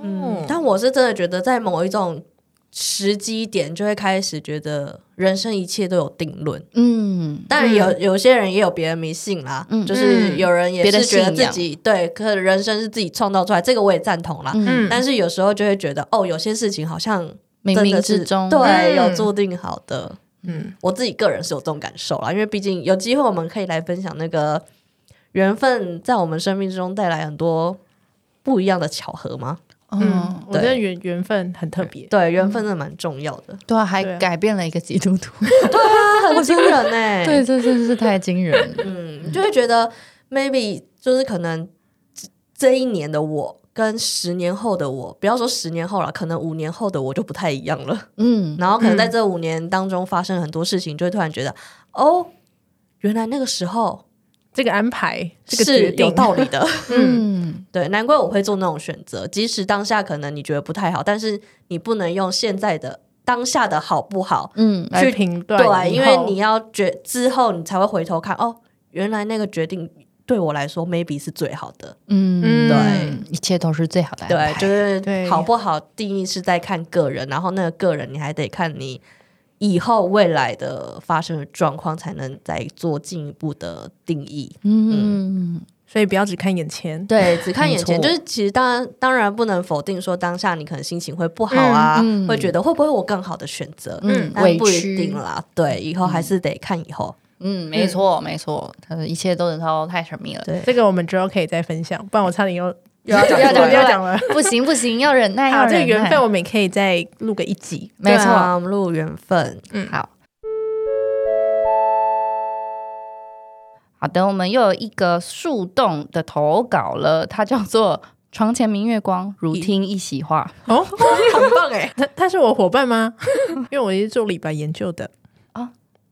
[SPEAKER 2] 嗯，但我是真的觉得，在某一种时机点，就会开始觉得人生一切都有定论。
[SPEAKER 4] 嗯，
[SPEAKER 2] 当然有有些人也有别人迷信啦，
[SPEAKER 4] 嗯
[SPEAKER 2] 就是有人也
[SPEAKER 4] 别的
[SPEAKER 2] 是觉得
[SPEAKER 4] 信
[SPEAKER 2] 自
[SPEAKER 4] 仰
[SPEAKER 2] 己对，可人生是自己创造出来，这个我也赞同啦。
[SPEAKER 4] 嗯，
[SPEAKER 2] 但是有时候就会觉得，哦，有些事情好像
[SPEAKER 4] 冥
[SPEAKER 2] 真
[SPEAKER 4] 冥
[SPEAKER 2] 的是
[SPEAKER 4] 之中，
[SPEAKER 2] 对
[SPEAKER 3] 嗯
[SPEAKER 2] 有注定好的。
[SPEAKER 3] 嗯
[SPEAKER 2] 我自己个人是有这种感受啦，因为毕竟有机会我们可以来分享那个缘分在我们生命之中带来很多不一样的巧合吗？
[SPEAKER 3] 嗯
[SPEAKER 4] 嗯，，
[SPEAKER 3] 我觉得缘缘分很特别，
[SPEAKER 2] 对，缘分真的蛮重要 的。
[SPEAKER 4] 对啊，还
[SPEAKER 3] 对啊
[SPEAKER 4] 改变了一个基督徒，
[SPEAKER 2] 他很惊人 呢、，
[SPEAKER 4] 对，这真是太惊人了。
[SPEAKER 2] 嗯，你就会觉得 maybe 就是可能这这一年的我跟十年后的我，不要说十年后了，可能五年后的我就不太一样了。
[SPEAKER 4] 嗯，
[SPEAKER 2] 然后可能在这五年当中发生了很多事情，就会突然觉得，哦，原来那个时候
[SPEAKER 3] 这个安排，这个决
[SPEAKER 2] 是
[SPEAKER 3] 定
[SPEAKER 2] 有道 理的。
[SPEAKER 4] 嗯，
[SPEAKER 2] 对，难怪我会做那种选择，即使当下可能你觉得不太好，但是你不能用现在的当下的好不好
[SPEAKER 4] 嗯，
[SPEAKER 3] 来评断以后，
[SPEAKER 2] 对，因为你要决之后，你才会回头看哦，原来那个决定对我来说 maybe 是最好的。
[SPEAKER 4] 嗯，
[SPEAKER 3] 嗯
[SPEAKER 4] 对，一切都是最好的安
[SPEAKER 2] 对，
[SPEAKER 4] 排。
[SPEAKER 2] 就，是
[SPEAKER 3] 对
[SPEAKER 2] 好不好定义是在看个人，然后那个个人你还得看你以后未来的发生的状况，才能再做进一步的定义。
[SPEAKER 4] 嗯，
[SPEAKER 3] 所以不要只看眼前，
[SPEAKER 2] 对，只看
[SPEAKER 4] 没
[SPEAKER 2] 眼前，
[SPEAKER 4] 错
[SPEAKER 2] 就是其实当然当然不能否定说当下你可能心情会不好啊，
[SPEAKER 4] 嗯嗯
[SPEAKER 2] 会觉得会不会我更好的选择，
[SPEAKER 4] 嗯
[SPEAKER 2] 但
[SPEAKER 4] 委
[SPEAKER 2] 不一
[SPEAKER 4] 屈
[SPEAKER 2] 定啦。对，以后还是得看以后。
[SPEAKER 4] 嗯，没错，没错，他的一切都是都太神秘了。
[SPEAKER 2] 嗯对，
[SPEAKER 3] 这个我们之后可以再分享，不然我差点又
[SPEAKER 2] 又要讲
[SPEAKER 3] 又要
[SPEAKER 2] 出来
[SPEAKER 3] 讲又要讲了。
[SPEAKER 4] 不行不行，要忍耐，要
[SPEAKER 3] 好，这个
[SPEAKER 4] 忍
[SPEAKER 3] 缘
[SPEAKER 4] 耐
[SPEAKER 3] 分。我们也可以再录个一集。
[SPEAKER 4] 没
[SPEAKER 2] 对
[SPEAKER 4] 错，
[SPEAKER 2] 啊我们录缘 分。
[SPEAKER 3] 嗯，
[SPEAKER 4] 好好的，我们又有一个树洞的投稿了，它叫做“床前明月光，如听一席话
[SPEAKER 3] 哦，
[SPEAKER 2] 很棒 哎、
[SPEAKER 3] 他他是我伙伴吗？ 因为我也是做李白研究的。”。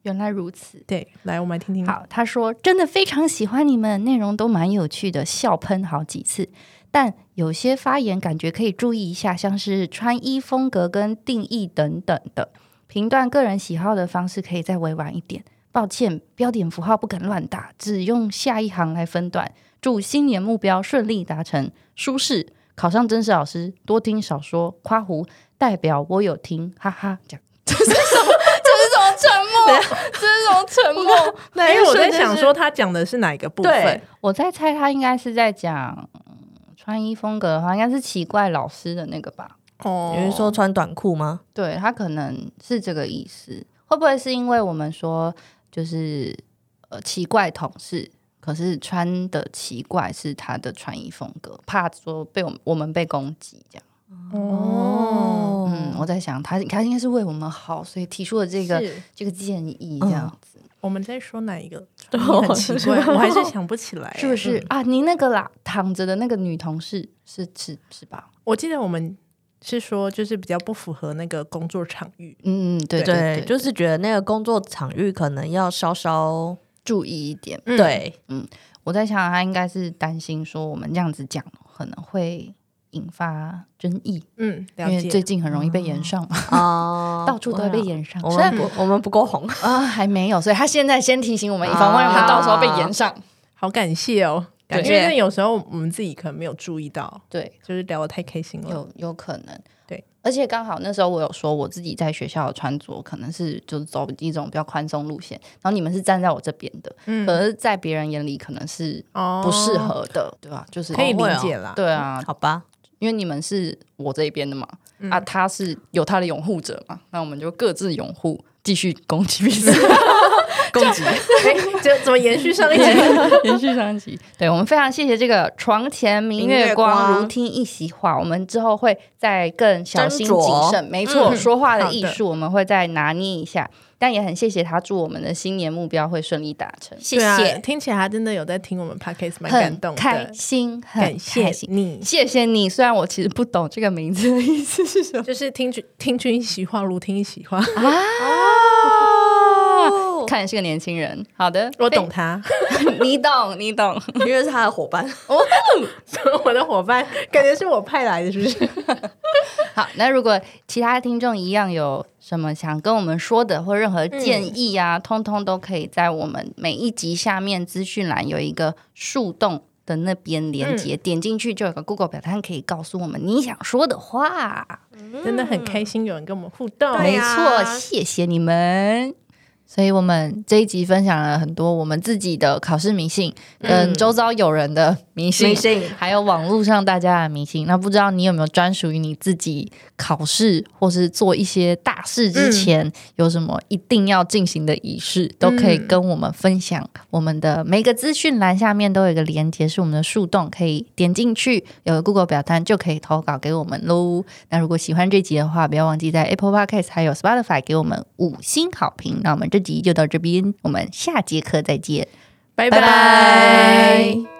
[SPEAKER 4] 原来如此。
[SPEAKER 3] 对，来，我们来听听。，
[SPEAKER 4] 好，他说真的非常喜欢你们，内容都蛮有趣的，笑喷好几次。但有些发言感觉可以注意一下，像是穿衣风格跟定义等等的。评断个人喜好的方式可以再委婉一点，抱歉，标点符号不肯乱打，只用下一行来分段。祝新年目标顺利达成，舒适，考上真实老师，多听少说，夸胡，代表我有听，哈哈，这样。 这是什么？这是什么沉默？这是什么沉默？
[SPEAKER 2] 那
[SPEAKER 3] 哎因为我在
[SPEAKER 2] 一瞬间
[SPEAKER 3] 想
[SPEAKER 2] 是
[SPEAKER 3] 说，他讲的是哪一个部
[SPEAKER 2] 对
[SPEAKER 3] 分？
[SPEAKER 4] 我在猜他应该是在讲嗯穿衣风格的话，应该是奇怪老师的那个吧？
[SPEAKER 3] 哦
[SPEAKER 2] 有人说穿短裤吗？
[SPEAKER 4] 对他可能是这个意思，会不会是因为我们说就是呃奇怪同事，可是穿的奇怪是他的穿衣风格，怕说被我们我们被攻击这样。
[SPEAKER 3] 哦，
[SPEAKER 4] 嗯，我在想他他应该是为我们好，所以提出了这
[SPEAKER 3] 这
[SPEAKER 4] 个这个建议这样子，
[SPEAKER 3] 我们在说哪一个？
[SPEAKER 2] 对
[SPEAKER 3] 你很奇怪，
[SPEAKER 2] 我
[SPEAKER 3] 我还是想不起来，
[SPEAKER 4] 是不是、啊？你那个啦，躺着的那个女同事是是是吧？
[SPEAKER 3] 我记得我们是说，就是比较不符合那个工作场域。
[SPEAKER 4] 嗯，嗯，对
[SPEAKER 3] 对
[SPEAKER 4] 对，
[SPEAKER 2] 就是是觉得那个工作场域可能要稍稍
[SPEAKER 4] 注意一点。
[SPEAKER 3] 嗯，
[SPEAKER 2] 对，
[SPEAKER 4] 我在想，他应该是担心说我们这样子讲可能会引发争议，
[SPEAKER 3] 嗯，
[SPEAKER 4] 因
[SPEAKER 3] 了
[SPEAKER 4] 为最
[SPEAKER 3] 解。
[SPEAKER 4] 近很容易被延上嘛，
[SPEAKER 2] 哦
[SPEAKER 4] 到处都会被延上。
[SPEAKER 2] 我
[SPEAKER 4] 虽然
[SPEAKER 2] 们不，我们不够红，
[SPEAKER 4] 啊、还没有，所以他现在先提醒我们，以防万一我们到时候被延上。
[SPEAKER 3] 好感谢哦，
[SPEAKER 2] 对
[SPEAKER 3] 感谢。因为有时候我们自己可能没有注意到，
[SPEAKER 4] 对，
[SPEAKER 3] 就是聊得太开心了。
[SPEAKER 4] 有有可能。
[SPEAKER 3] 对，
[SPEAKER 4] 而且刚好那时候我有说我自己在学校的穿着可能是就是走一种比较宽松路线，然后你们是站在我这边的，
[SPEAKER 3] 嗯
[SPEAKER 4] 可是在别人眼里可能是
[SPEAKER 3] 哦
[SPEAKER 4] 不适，合的，对吧？就是
[SPEAKER 3] 可以
[SPEAKER 2] 哦会
[SPEAKER 3] 理
[SPEAKER 2] 哦
[SPEAKER 3] 解啦。
[SPEAKER 4] 对啊，
[SPEAKER 2] 好吧？
[SPEAKER 4] 因为你们是我这一边的嘛，
[SPEAKER 3] 嗯
[SPEAKER 4] 啊，他是有他的拥护者嘛，那我们就各自拥护，继续攻击彼 此，
[SPEAKER 2] 攻击，
[SPEAKER 3] 哎 就怎么延续 上一集？
[SPEAKER 4] 延续上一集。对我们非常谢谢这个床前明月光，
[SPEAKER 2] 明月光
[SPEAKER 4] 如听一席话。我们之后会再更小心
[SPEAKER 2] 斟酌
[SPEAKER 4] 谨慎，没错，
[SPEAKER 3] 嗯
[SPEAKER 4] 说话的
[SPEAKER 3] 好的
[SPEAKER 4] 艺术我们会再拿捏一下。但也很谢谢他，祝我们的新年目标会顺利达成，
[SPEAKER 2] 谢
[SPEAKER 3] 对啊，
[SPEAKER 2] 谢，
[SPEAKER 3] 听起来他真的有在听我们 podcast，蛮感
[SPEAKER 4] 很
[SPEAKER 3] 动
[SPEAKER 4] 开
[SPEAKER 3] 的。
[SPEAKER 4] 心，很
[SPEAKER 3] 感谢
[SPEAKER 4] 开心。
[SPEAKER 3] 你，
[SPEAKER 4] 谢谢你，虽然我其实不懂这个名字的意思是什么
[SPEAKER 3] 就是听君听君一席话，如听一席话。
[SPEAKER 4] 啊，看来是个年轻人。好的，
[SPEAKER 3] 我懂他，
[SPEAKER 4] 你懂，你懂。
[SPEAKER 2] 因为是他的伙 伴，
[SPEAKER 3] 我的伙伴感觉是我派来的，是不是？
[SPEAKER 4] 好，那如果其他听众一样有什么想跟我们说的，或任何建议啊，通通都可以在我们每一集下面资讯栏有一个树洞的那边连接，点进去就有个 Google 表单可以告诉我们你想说的话。
[SPEAKER 3] 真的很开心有人跟我们互动。
[SPEAKER 2] 对
[SPEAKER 4] 没
[SPEAKER 2] 呀
[SPEAKER 3] 啊
[SPEAKER 4] 错，谢谢你们。
[SPEAKER 1] 所以我们这一集分享了很多我们自己的考试迷信，跟周遭友人的迷信，
[SPEAKER 2] 信
[SPEAKER 1] 还有网络上大家的迷信。那不知道你有没有专属于你自己考试或是做一些大事之前、有什么一定要进行的仪式，都可以跟我们分享。我们的每个资讯栏下面都有一个连接，是我们的树洞，可以点进去，有个 Google 表单就可以投稿给我们喽。那如果喜欢这集的话，不要忘记在 Apple Podcast 还有 Spotify 给我们五星好评。那我们这集就到这边，我们下节课再见，
[SPEAKER 3] 拜
[SPEAKER 1] 拜拜